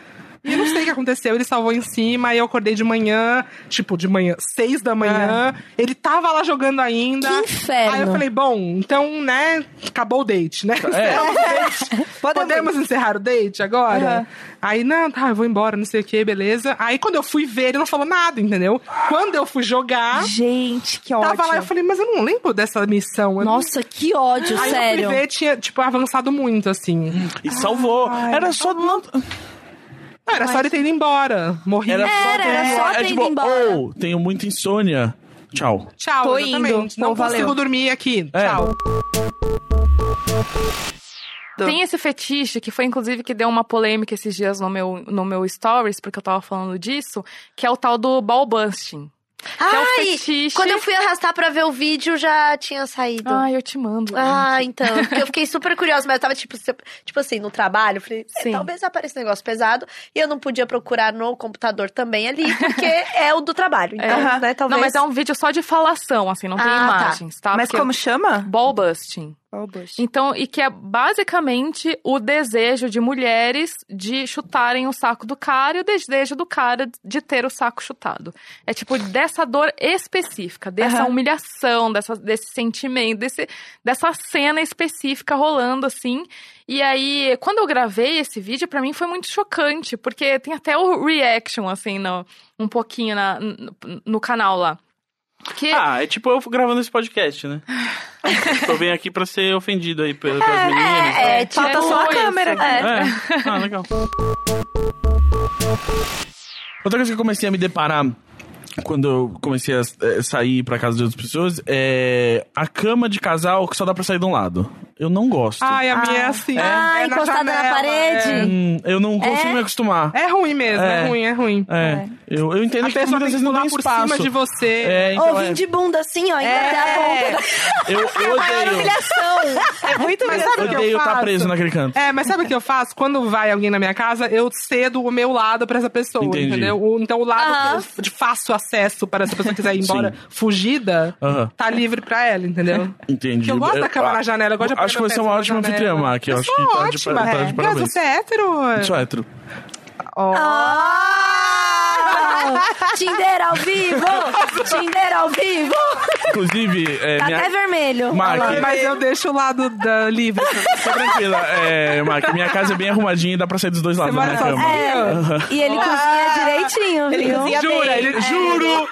E eu não sei o que aconteceu. Ele salvou em cima, aí eu acordei de manhã, tipo, de manhã, seis da manhã. Ele tava lá jogando ainda.
É. Que inferno.
Aí eu falei, bom, então, né, acabou o date, né?
Podemos- um
Podemos, encerrar o date agora? Aí, não, tá, eu vou embora, não sei o que, beleza. Aí, quando eu fui ver, ele não falou nada, entendeu? Quando eu fui jogar,
Gente, que ótimo.
tava lá, eu falei, mas eu não lembro dessa missão. eu não-
Nossa, que ódio,
Aí eu
sério.
fui ver, tinha, tipo, avançado muito, assim.
E salvou. era só. Não,
Não, era só ele ter ido embora. Morri.
era só.
Era, era
ter-
só ter
é
ido
tipo,
embora.
ou tenho muita insônia. Tchau.
Tchau,
Tô
exatamente.
indo.
Não
Pô, valeu.
consigo dormir aqui.
É.
Tchau.
Tem esse fetiche que foi, inclusive, que deu uma polêmica esses dias no meu, no meu stories, porque eu tava falando disso, que é o tal do ball busting. que é o
Ai,
fetiche.
quando eu fui arrastar pra ver o vídeo, já tinha saído. Ah,
Ai, eu te mando.
então. Porque eu fiquei super curiosa, mas eu tava tipo, se- tipo assim, no trabalho. eu Falei, "É,
Sim.
talvez apareça um negócio pesado. E eu não podia procurar no computador também ali, porque é o do trabalho. Então,
É.
né, talvez.
Não, mas é um vídeo só de falação, assim, não tem
Ah, tá.
imagens, tá?
Mas
Porque-
como chama?
Ball busting. Então, e que é basicamente o desejo de mulheres de chutarem o saco do cara e o desejo do cara de ter o saco chutado. É tipo dessa dor específica, dessa
Aham.
humilhação, dessa, desse sentimento, desse, dessa cena específica rolando assim. E aí, quando eu gravei esse vídeo, pra mim foi muito chocante, porque tem até o reaction, assim, no, um pouquinho na- no, no canal lá. Que
Ah, é tipo eu gravando esse podcast, né? eu venho aqui pra ser ofendido aí pelas pelas meninas.
É, tipo,
tá
Falta só a
isso.
câmera aqui.
É.
É. Ah, legal.
Outra coisa que eu comecei a me deparar quando eu comecei a eh, sair pra casa de outras pessoas é a cama de casal que só dá pra sair de um lado. Eu não gosto.
Ai, a minha é assim.
Ah,
é
encostada na
janela,
parede.
Hum, eu não consigo me acostumar.
É, É ruim mesmo,
É.
é ruim, é ruim.
É. Eu, eu entendo
A
que muitas
pessoa tem que
vezes não
pular
tem
por
espaço.
cima de você.
É,
Ou
então
vim
é,
de bunda assim, ó, ainda tá até a ponta.
É,
eu, eu odeio.
é muito
Mas
engraçado.
sabe o que eu
Odeio estar
faço?
preso naquele canto.
É, mas sabe o que eu faço? Quando vai alguém na minha casa, eu cedo o meu lado pra essa pessoa,
Entendi.
entendeu? O- Então o lado que eu de fácil acesso para se a pessoa quiser ir embora
Sim.
fugida,
Aham.
tá livre pra ela, entendeu?
Entendi. ah,
Porque eu gosto da cama na janela, eu gosto de apoiar
Acho que
meu
você
pé
é uma
na
ótima
janela.
anfitriã, Mac. Eu
Eu
acho
sou
que tá de,
ótima.
par- tá de
é. Mas
parabéns.
você é hétero?
Sou hétero.
Ah! Tinder ao vivo! Tinder ao vivo!
Inclusive, é,
Tá
minha-
até vermelho.
Mac,
Mas eu deixo o lado da livre.
Fica tranquila, é, Mac. Minha casa é bem arrumadinha e dá pra sair dos dois lados da minha
mora
cama.
sozinha?
É, e ele cozinha direitinho,
Ah. Ele
viu?
cozinha
Jura,
bem.
é,
ele-
Juro!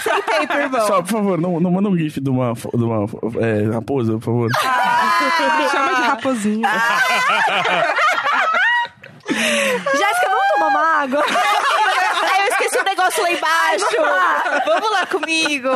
Sentei, por irmão.
Só, por favor, não, não manda um gif de uma, fo- de uma é, raposa, por favor.
Me chama de raposinho.
Jéssica, vamos tomar uma água?
Ai, eu esqueci o negócio lá embaixo. Vamos lá comigo.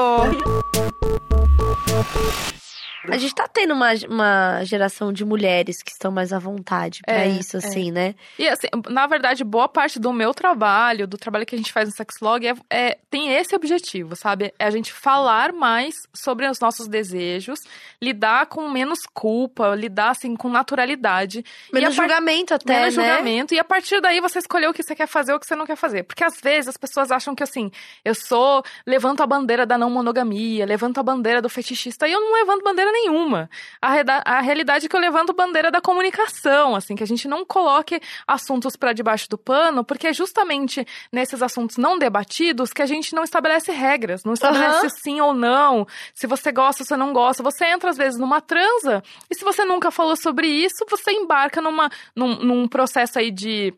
A gente tá tendo uma, uma geração de mulheres que estão mais à vontade pra
É,
isso, assim, né?
E assim, na verdade, boa parte do meu trabalho, do trabalho que a gente faz no Sexlog, é, é- tem esse objetivo, sabe? É a gente falar mais sobre os nossos desejos, lidar com menos culpa, lidar assim com naturalidade.
Menos
a par-
julgamento até,
menos
né?
julgamento. E a partir daí você escolheu o que você quer fazer ou o que você não quer fazer. Porque às vezes as pessoas acham que assim, eu sou. levanto a bandeira da não monogamia, levanto a bandeira do fetichista, e eu não levanto bandeira nenhuma. A, reda- a realidade é que eu levanto bandeira da comunicação, assim, que a gente não coloque assuntos pra debaixo do pano, porque é justamente nesses assuntos não debatidos que a gente não estabelece regras, não estabelece
Aham.
sim ou não, se você gosta, se você não gosta. Você entra, às vezes, numa transa, e se você nunca falou sobre isso, você embarca numa, num, num processo aí de,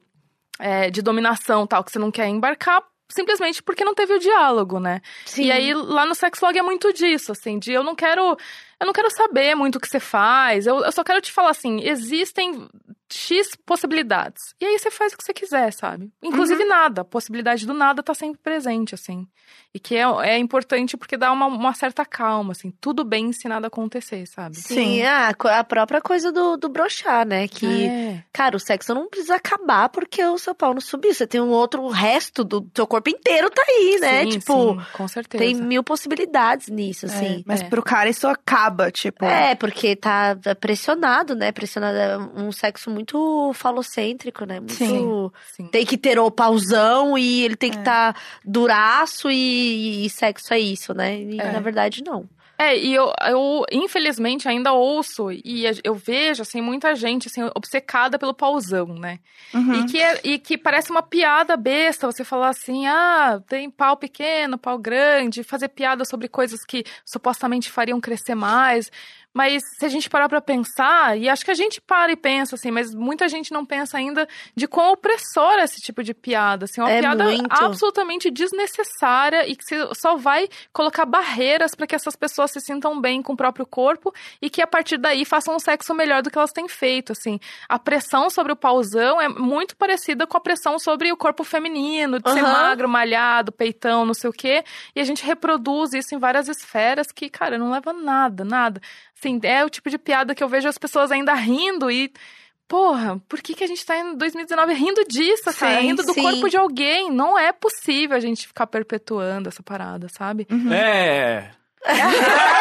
é, de dominação tal, que você não quer embarcar, simplesmente porque não teve o diálogo, né?
Sim.
E aí, lá no Sexlog é muito disso, assim, de eu não quero. Eu não quero saber muito o que você faz. Eu, eu só quero te falar assim: existem X possibilidades. E aí você faz o que você quiser, sabe?
Uhum.
Inclusive nada. A possibilidade do nada tá sempre presente, assim. E que é, é importante porque dá uma, uma certa calma, assim. Tudo bem se nada acontecer, sabe?
Sim,
Sim.
ah, co- a própria coisa do, do brochar, né? Que,
É.
cara, o sexo não precisa acabar porque o seu pau não subiu. Você tem um outro o resto do seu corpo inteiro tá aí, né?
Sim,
tipo,
sim, com certeza.
tem mil possibilidades nisso, assim.
Mas
É.
pro cara isso acaba, tipo.
É, porque tá pressionado, né? Pressionado é um sexo muito falocêntrico, né? Muito.
Sim. Sim.
Tem que ter o pauzão e ele tem que estar duraço e, e sexo é isso, né? E
É.
na verdade, não.
É, e eu, eu, infelizmente, ainda ouço e a- eu vejo, assim, muita gente, assim, obcecada pelo pausão, né?
Uhum.
E, que é- e que parece uma piada besta você falar assim, ah, tem pau pequeno, pau grande, fazer piada sobre coisas que supostamente fariam crescer mais. Mas se a gente parar pra pensar, e acho que a gente para e pensa, assim, mas muita gente não pensa ainda de quão opressora é esse tipo de piada, assim, uma
É
piada
muito.
absolutamente desnecessária e que se- só vai colocar barreiras para que essas pessoas se sintam bem com o próprio corpo e que a partir daí façam um sexo melhor do que elas têm feito, assim. A pressão sobre o pausão é muito parecida com a pressão sobre o corpo feminino, de ser
Aham.
magro, malhado, peitão, não sei o quê. E a gente reproduz isso em várias esferas que, cara, não leva nada, nada. Assim, é o tipo de piada que eu vejo as pessoas ainda rindo e. Porra, por que, que a gente tá em 2019 rindo disso, cara?
Sim,
rindo do
sim.
corpo de alguém. Não é possível a gente ficar perpetuando essa parada, sabe?
É.
tipo,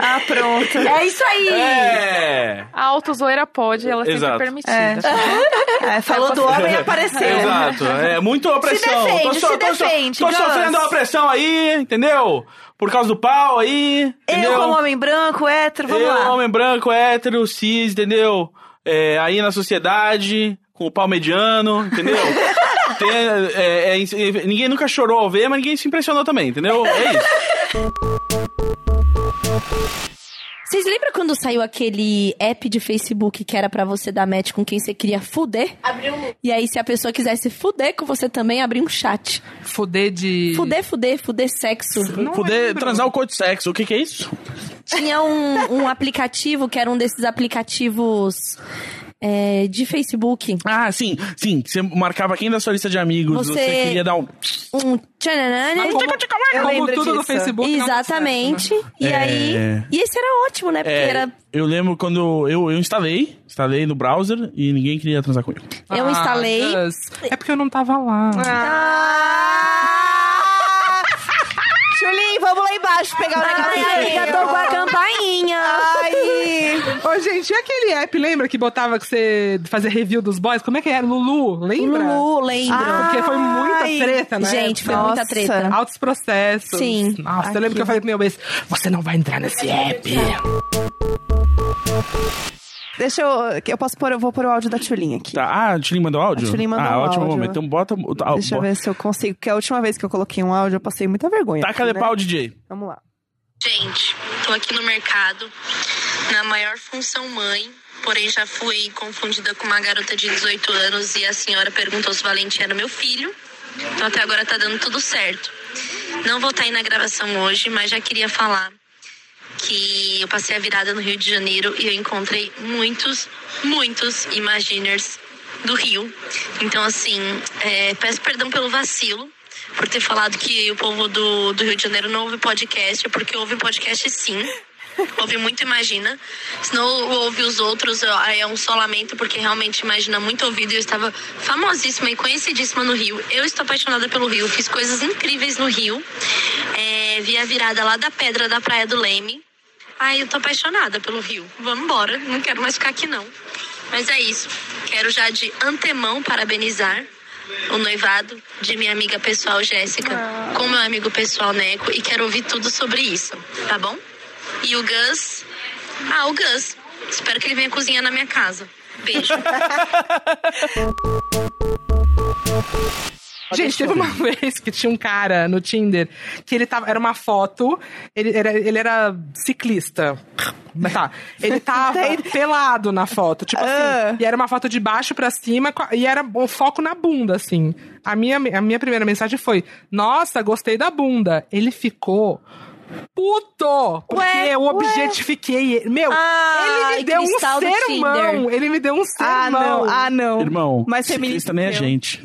Ah, pronto.
É isso aí!
É.
A autozoeira pode, ela é sempre
Exato.
permitida.
É. É, falou do homem e apareceu.
Exato. É muito opressão.
defende,
tô,
se
tô,
defende,
tô
Gus.
sofrendo a opressão aí, entendeu? Por causa do pau aí. Entendeu?
Eu, como homem branco, hétero, vamos
Eu,
lá.
homem branco, hétero, cis, entendeu? É, aí na sociedade, com o pau mediano, entendeu? Tem, é, é, é, ninguém nunca chorou ao ver, mas ninguém se impressionou também, entendeu? É isso.
Vocês lembram quando saiu aquele app de Facebook que era pra você dar match com quem você queria fuder? E aí, se a pessoa quisesse fuder com você também, abrir um chat.
Fuder de.
Fuder, fuder, fuder sexo.
Não
Poder
lembro.
transar o corpo de sexo, o que que é isso?
Tinha um, um aplicativo que era um desses aplicativos é, de Facebook.
Ah, sim, sim. Você marcava quem da sua lista de amigos,
Você-
você, queria dar um...
Um tchananana.
Como, é
Eu
como
lembro
tudo no
disso.
Facebook. não é um
Exatamente.
né?
E aí. E esse era ótimo, né? Porque
É,
era.
Eu lembro quando eu, eu instalei, instalei no browser e ninguém queria transar comigo.
sucesso, né?
Eu
Ah,
instalei. É.
Gus, É porque eu não tava lá.
Ah! Julinho, vamos lá embaixo pegar o
Ai, amiga, tô com a
negocinho.
campainha.
Ai,
Ô, gente, e aquele app, lembra que botava que você fazia review dos boys? Como é que era? Lulu, lembra?
Lulu, lembro.
Ah,
Porque foi muita
Ai.
treta, né?
Gente, foi
Nossa.
muita treta.
Altos processos.
Sim.
Nossa, eu lembro que eu falei pro meu ex, você não vai entrar nesse app.
Deixa eu. que Eu posso pôr, eu vou pôr o áudio da Tchulinha aqui.
Tá. Ah, a Tilly mandou áudio?
A Tilly mandou
Ah,
um
ótimo
áudio.
momento. Então bota... o- ah,
Deixa eu
bo-
ver se eu consigo, porque a última vez que eu coloquei um áudio eu passei muita
Tá,
vergonha.
Taca
aqui,
de
né?
pau, DJ.
Vamos lá.
Gente, tô aqui no mercado, na maior função mãe, porém já fui confundida com uma garota de 18 anos e a senhora perguntou se o Valentim era meu filho. Então até agora tá dando tudo certo. Não vou estar aí na gravação hoje, mas já queria falar que eu passei a virada no Rio de Janeiro e eu encontrei muitos, muitos Imaginers do Rio. Então, assim, é, peço perdão pelo vacilo, por ter falado que o povo do, do Rio de Janeiro não ouve podcast, porque ouve podcast sim.
Ouve muito Imagina. Se não ouve os outros, eu- aí é um só lamento, porque realmente Imagina muito ouvido. Eu estava famosíssima e conhecidíssima no Rio. Eu estou apaixonada pelo Rio. Fiz coisas incríveis no Rio. É, vi a virada lá da pedra da Praia do Leme. Ai, eu tô apaixonada pelo Rio. Vamos embora. Não quero mais ficar aqui, não. Mas é isso. Quero já de antemão parabenizar o noivado de minha amiga pessoal Jéssica com meu amigo pessoal Neco e quero ouvir tudo sobre isso, tá bom? E o Gus. Ah, o Gus. Espero que ele venha cozinhar na minha casa. Beijo.
Gente, teve uma vez que tinha um cara no Tinder que ele tava. Era uma foto, ele era, ele era ciclista. Tá. Ele tava pelado na foto, tipo
Ah.
assim. E era uma foto de baixo pra cima co- e era o foco na bunda, assim. A minha, a minha primeira mensagem foi: Nossa, gostei da bunda. Ele ficou. Puto! Porque
Ué,
eu
ué.
objetifiquei ele. Meu,
Ah,
ele me deu um
cristal do
sermão.
Tinder.
Ele me deu um
Ah, não,
sermão.
ah, não.
Irmão,
Mas
ciclista
feminista
nem é
meu.
gente.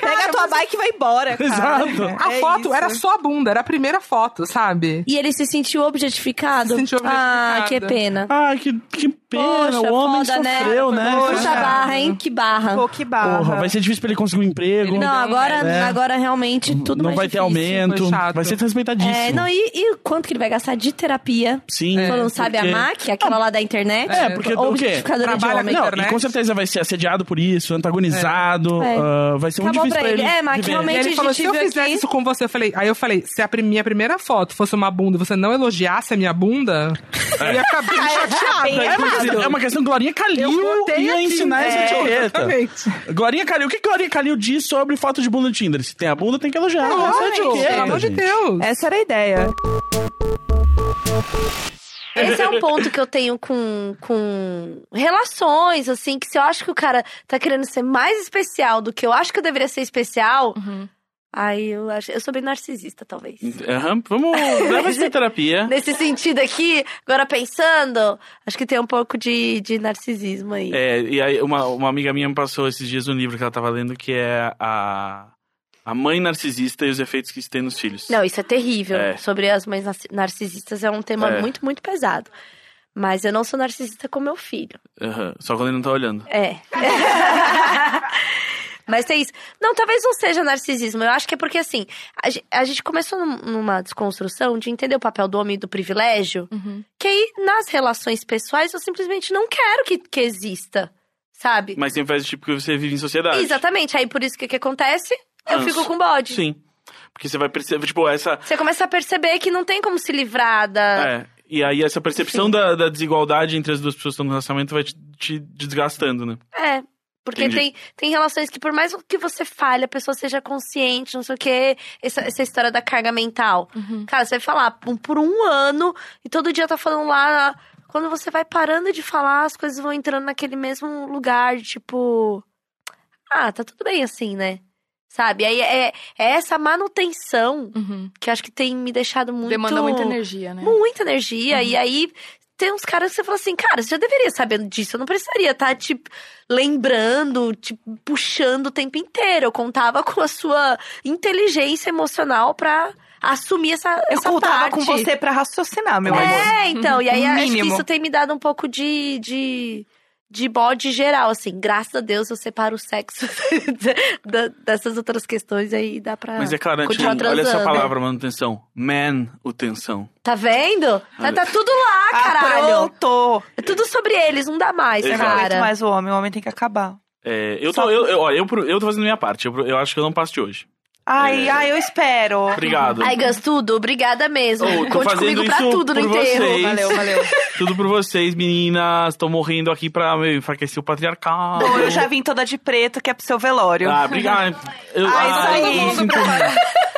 Pega a tua bike e vai embora, cara.
Exato.
A
É
foto
isso.
era só a bunda, era a primeira foto, sabe?
E ele se sentiu objetificado?
Se sentiu
Ah,
objetificado.
que pena.
Ah, que, que pena.
Poxa,
o homem
foda, né?
sofreu, né?
Puxa
Poxa.
barra, hein? Que barra.
Pô, que barra.
Porra, vai ser difícil pra ele conseguir um emprego.
Não, agora,
É.
agora realmente tudo
não
mais
vai ter
difícil.
aumento.
foi chato.
Vai ser desrespeitadíssimo.
É, não, e, e quanto que ele vai gastar de terapia?
Sim.
Falando, sabe a
porque-
MAC, aquela lá da internet?
É, porque
Ou
o quê?
objetificadora de
Trabalha
homem.
na
Não,
internet.
e com certeza vai ser assediado por isso, antagonizado.
né? É.
ah, vai ser muito
Acabou
difícil
pra
pra ele.
ele. É, mas
viver.
E
realmente-
ele
a
falou, se
gente
eu
viu
fizesse
aqui-
isso com você, eu falei, aí eu falei, se a pri- minha primeira foto fosse uma bunda e você não elogiasse a minha bunda,
É.
eu ia ficar bem chateada.
É uma, questão- é uma questão Glorinha Calil ia ensinar
É,
essa etiqueta. Glorinha Calil, o que Glorinha Calil diz sobre foto de bunda no Tinder? Se tem a bunda, tem que elogiar. Essa é a etiqueta,
Pelo amor de
gente.
Deus.
Essa era a ideia.
Esse é um ponto que eu tenho com, com relações, assim, que se eu acho que o cara tá querendo ser mais especial do que eu acho que eu deveria ser especial,
Uhum.
aí eu acho. Eu sou bem narcisista, talvez.
Aham, vamos. Leva isso pra terapia.
Nesse sentido aqui, agora pensando, acho que tem um pouco de, de narcisismo aí.
É, e aí uma, uma amiga minha me passou esses dias um livro que ela tava lendo que é a, a Mãe Narcisista e os Efeitos que isso tem nos Filhos.
Não, isso é terrível.
É.
Sobre as mães narci- narcisistas é um tema
É.
muito, muito pesado. Mas eu não sou narcisista com meu filho.
Aham, Só quando ele não tá olhando.
É. Mas é isso. Não, talvez não seja narcisismo. Eu acho que é porque, assim, a ge- a gente começou num- numa desconstrução de entender o papel do homem e do privilégio. Que aí, nas relações pessoais, eu simplesmente não quero que, que exista, sabe?
Mas sempre faz tipo que você vive em sociedade.
Exatamente. Aí, por isso, o que, que acontece? Eu
Ah,
fico com bode.
Sim. Porque você vai perceber, tipo, essa.
Você começa a perceber que não tem como se livrar da...
É. E aí essa percepção da, da desigualdade entre as duas pessoas que estão no relacionamento vai te, te desgastando, né?
É. Porque
Entendi.
tem, tem relações que, por mais que você falhe, a pessoa seja consciente, não sei o quê. Essa, essa história da carga mental.
Uhum.
Cara, você vai falar um- por um ano e todo dia tá falando lá. Quando você vai parando de falar, as coisas vão entrando naquele mesmo lugar, de tipo. Ah, tá tudo bem assim, né? Sabe? Aí é, é essa manutenção que eu acho que tem me deixado muito.
Uhum. Demanda muita energia, né?
Muita energia.
Uhum.
E aí tem uns caras que você fala assim, cara, você já deveria saber disso. Eu não precisaria estar te lembrando, te puxando o tempo inteiro. Eu contava com a sua inteligência emocional pra assumir essa,
Eu
essa
contava
parte.
com você pra raciocinar, meu amor.
É, então. E aí
Um
acho que
mínimo.
isso tem me dado um pouco de. de... De bode geral, assim, graças a Deus eu separo o sexo da- dessas outras questões aí, dá pra.
Mas é claro,
continuar
antigo, olha essa
Ah, transando.
palavra, manutenção. Manutenção.
Tá vendo? Tá, tá tudo lá, caralho.
Ah, pronto!
É tudo sobre eles, não dá mais,
Exato.
Não aguento
cara.
mais o homem, o homem tem que acabar.
É, eu, tô, eu, eu, olha, eu, pro- eu tô fazendo minha parte. Eu, pro- eu acho que eu não passo de hoje.
Ai, ai, eu espero.
Obrigado.
Ah, Ai, Gus, tudo, obrigada mesmo.
Ô, tô
Conte
fazendo
comigo pra
isso
tudo no
por
enterro.
vocês.
Valeu, valeu.
Tudo por vocês, meninas. Tô morrendo aqui pra meu, enfraquecer o patriarcado.
Pô, eu já vim toda de preto, que é pro seu velório.
Ah, obrigado. Eu,
Ah, isso
ai,
aí.
eu sinto-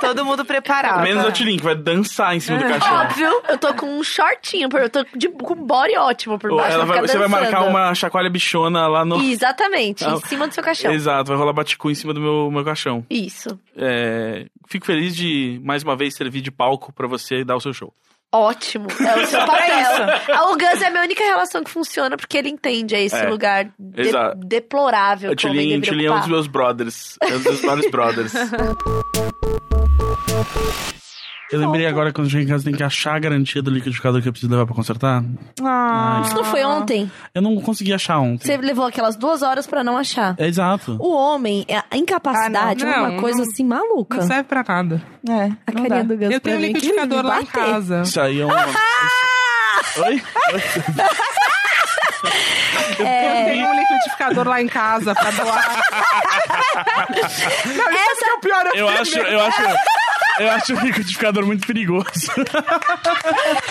Todo mundo preparado.
Menos o Tilink, vai dançar em cima
Ah,
do caixão.
Óbvio, eu tô com um shortinho, por- eu tô de, com um body ótimo por
Ou
baixo. pra
ela vai-
ficar
você vai
dançando.
marcar uma chacoalha bichona lá no.
Exatamente,
Ah,
em cima do seu caixão.
Exato, vai rolar baticu em cima do meu, meu caixão.
Isso.
É, fico feliz de, mais uma vez, servir de palco pra você dar o seu show.
Ótimo. É o seu papel. Ah, o Gus é a minha única relação que funciona, porque ele entende esse
É,
lugar de-
exato.
deplorável.
O
que o homem
Tilin,
deveria
Tilin é um dos
ocupar.
meus brothers. É um dos meus vários brothers. Eu lembrei agora quando eu cheguei em casa tem que achar a garantia do liquidificador que eu preciso levar pra consertar.
Ah,
Isso não foi ontem.
Eu não consegui achar ontem.
Você levou aquelas duas horas pra não achar.
É exato.
O homem, é a incapacidade
Ah, não.
é uma
Não,
coisa
não.
assim maluca.
Não serve pra nada.
é,
A
não
carinha
dá.
do Gus
Eu tenho um
pra mim, que
liquidificador
me
lá em
bater.
casa.
Isso aí é uma.
Ah!
Isso- Oi?
É.
Eu tenho um liquidificador lá em casa pra doar. Não, isso que é o pior.
Eu acho, eu acho. Eu acho o liquidificador muito perigoso.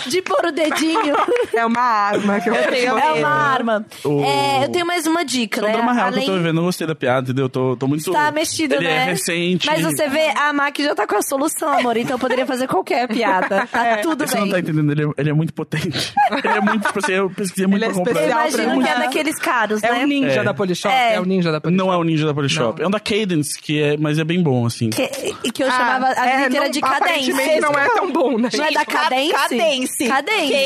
De pôr o dedinho.
É uma arma que eu, tenho.
é uma arma.
O-
É, eu tenho mais uma dica,
É um
né?
drama real que eu tô
Além...
vivendo. Eu gostei da piada, entendeu? Eu tô, tô muito.
Tá mexido,
Ele
né?
é recente.
Mas você vê, a Mac já tá com a solução, amor. Então eu poderia fazer qualquer piada. Tá tudo
Você não
bem.
tá entendendo, ele é, ele é muito potente. ele é muito, tipo assim, eu pesquisei muito
Ele é
pra comprar.
Eu
especial
imagino que é daqueles caros,
É
né?
o ninja da Polishop. É.
É
o ninja da Polishop.
Não é o ninja da Polishop. É um da Cadence, que é, mas é bem bom, assim.
que, que eu chamava a
é,
vida inteira
não-
de cadência.
aparentemente não é tão bom, né?
Não é da cadência?
cadência.
Cadência.
Cadência, não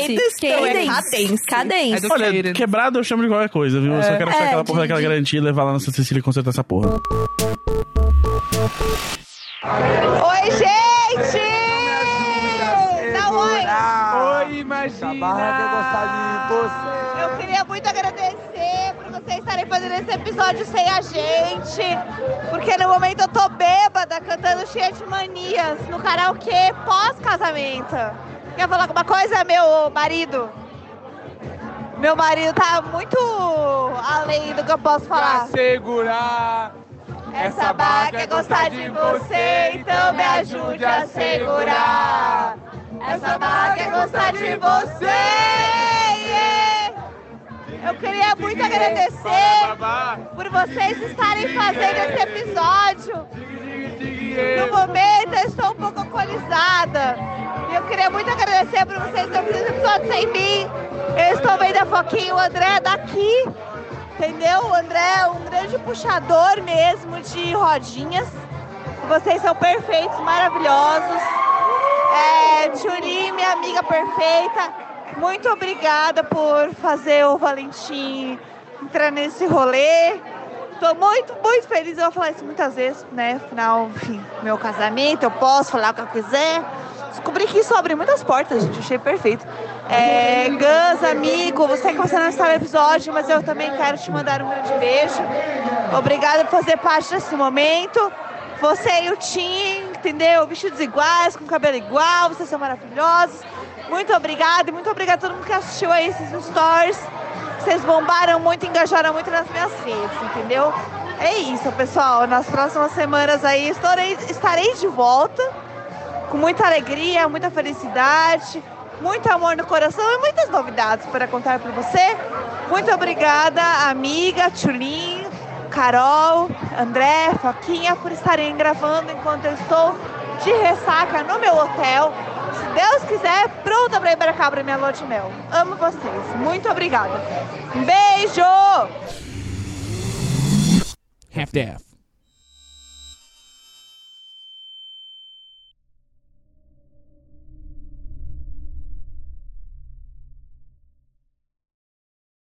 é cadência.
É
Cadência.
do
Olha,
Cadence.
quebrado eu chamo de qualquer coisa, viu? Eu só quero achar
É,
aquela porra
de-
daquela garantia e levar lá na Santa Cecília e consertar essa porra.
Oi, gente! Dá um oi!
Oi, imagina!
Eu queria muito agradecer por vocês estarem fazendo esse episódio sem a gente, porque no momento eu tô bêbada cantando cheia de manias no karaokê pós-casamento. Quer falar alguma coisa, meu marido? Meu marido tá muito além do que eu posso falar.
segurar
Essa barca é gostar de você, então me ajude a segurar. Essa barca é gostar de você. yeah. Eu queria muito agradecer por vocês estarem fazendo esse episódio. No momento eu estou um pouco alcoolizada. E eu queria muito agradecer por vocês terem feito esse episódio sem mim. Eu estou vendo a Foquinha, o André é daqui. Entendeu? O André é um grande puxador mesmo de rodinhas. Vocês são perfeitos, maravilhosos. É, Tchuli, minha amiga perfeita, muito obrigada por fazer o Valentim entrar nesse rolê. Tô muito, muito feliz. Eu vou falar isso muitas vezes, né? Afinal, enfim, meu casamento, eu posso falar o que eu quiser. Descobri que isso abre muitas portas, gente. Achei perfeito. É, Gans, amigo, você que você não está no episódio, mas eu também quero te mandar um grande beijo. Obrigada por fazer parte desse momento. Você e o Tim, entendeu? Vestidos iguais, com cabelo igual, vocês são maravilhosos. Muito obrigada e muito obrigada a todo mundo que assistiu aí esses stories. Vocês bombaram muito, engajaram muito nas minhas redes, entendeu? É isso, pessoal. Nas próximas semanas aí estarei, estarei de volta com muita alegria, muita felicidade, muito amor no coração e muitas novidades para contar para você. Muito obrigada, amiga, Tchulin, Carol, André, Foquinha, por estarem gravando enquanto eu estou de ressaca no meu hotel. Se Deus quiser, pronta para ir para cá para minha lua de mel. Amo vocês. Muito obrigada. Um beijo!
Half-Death.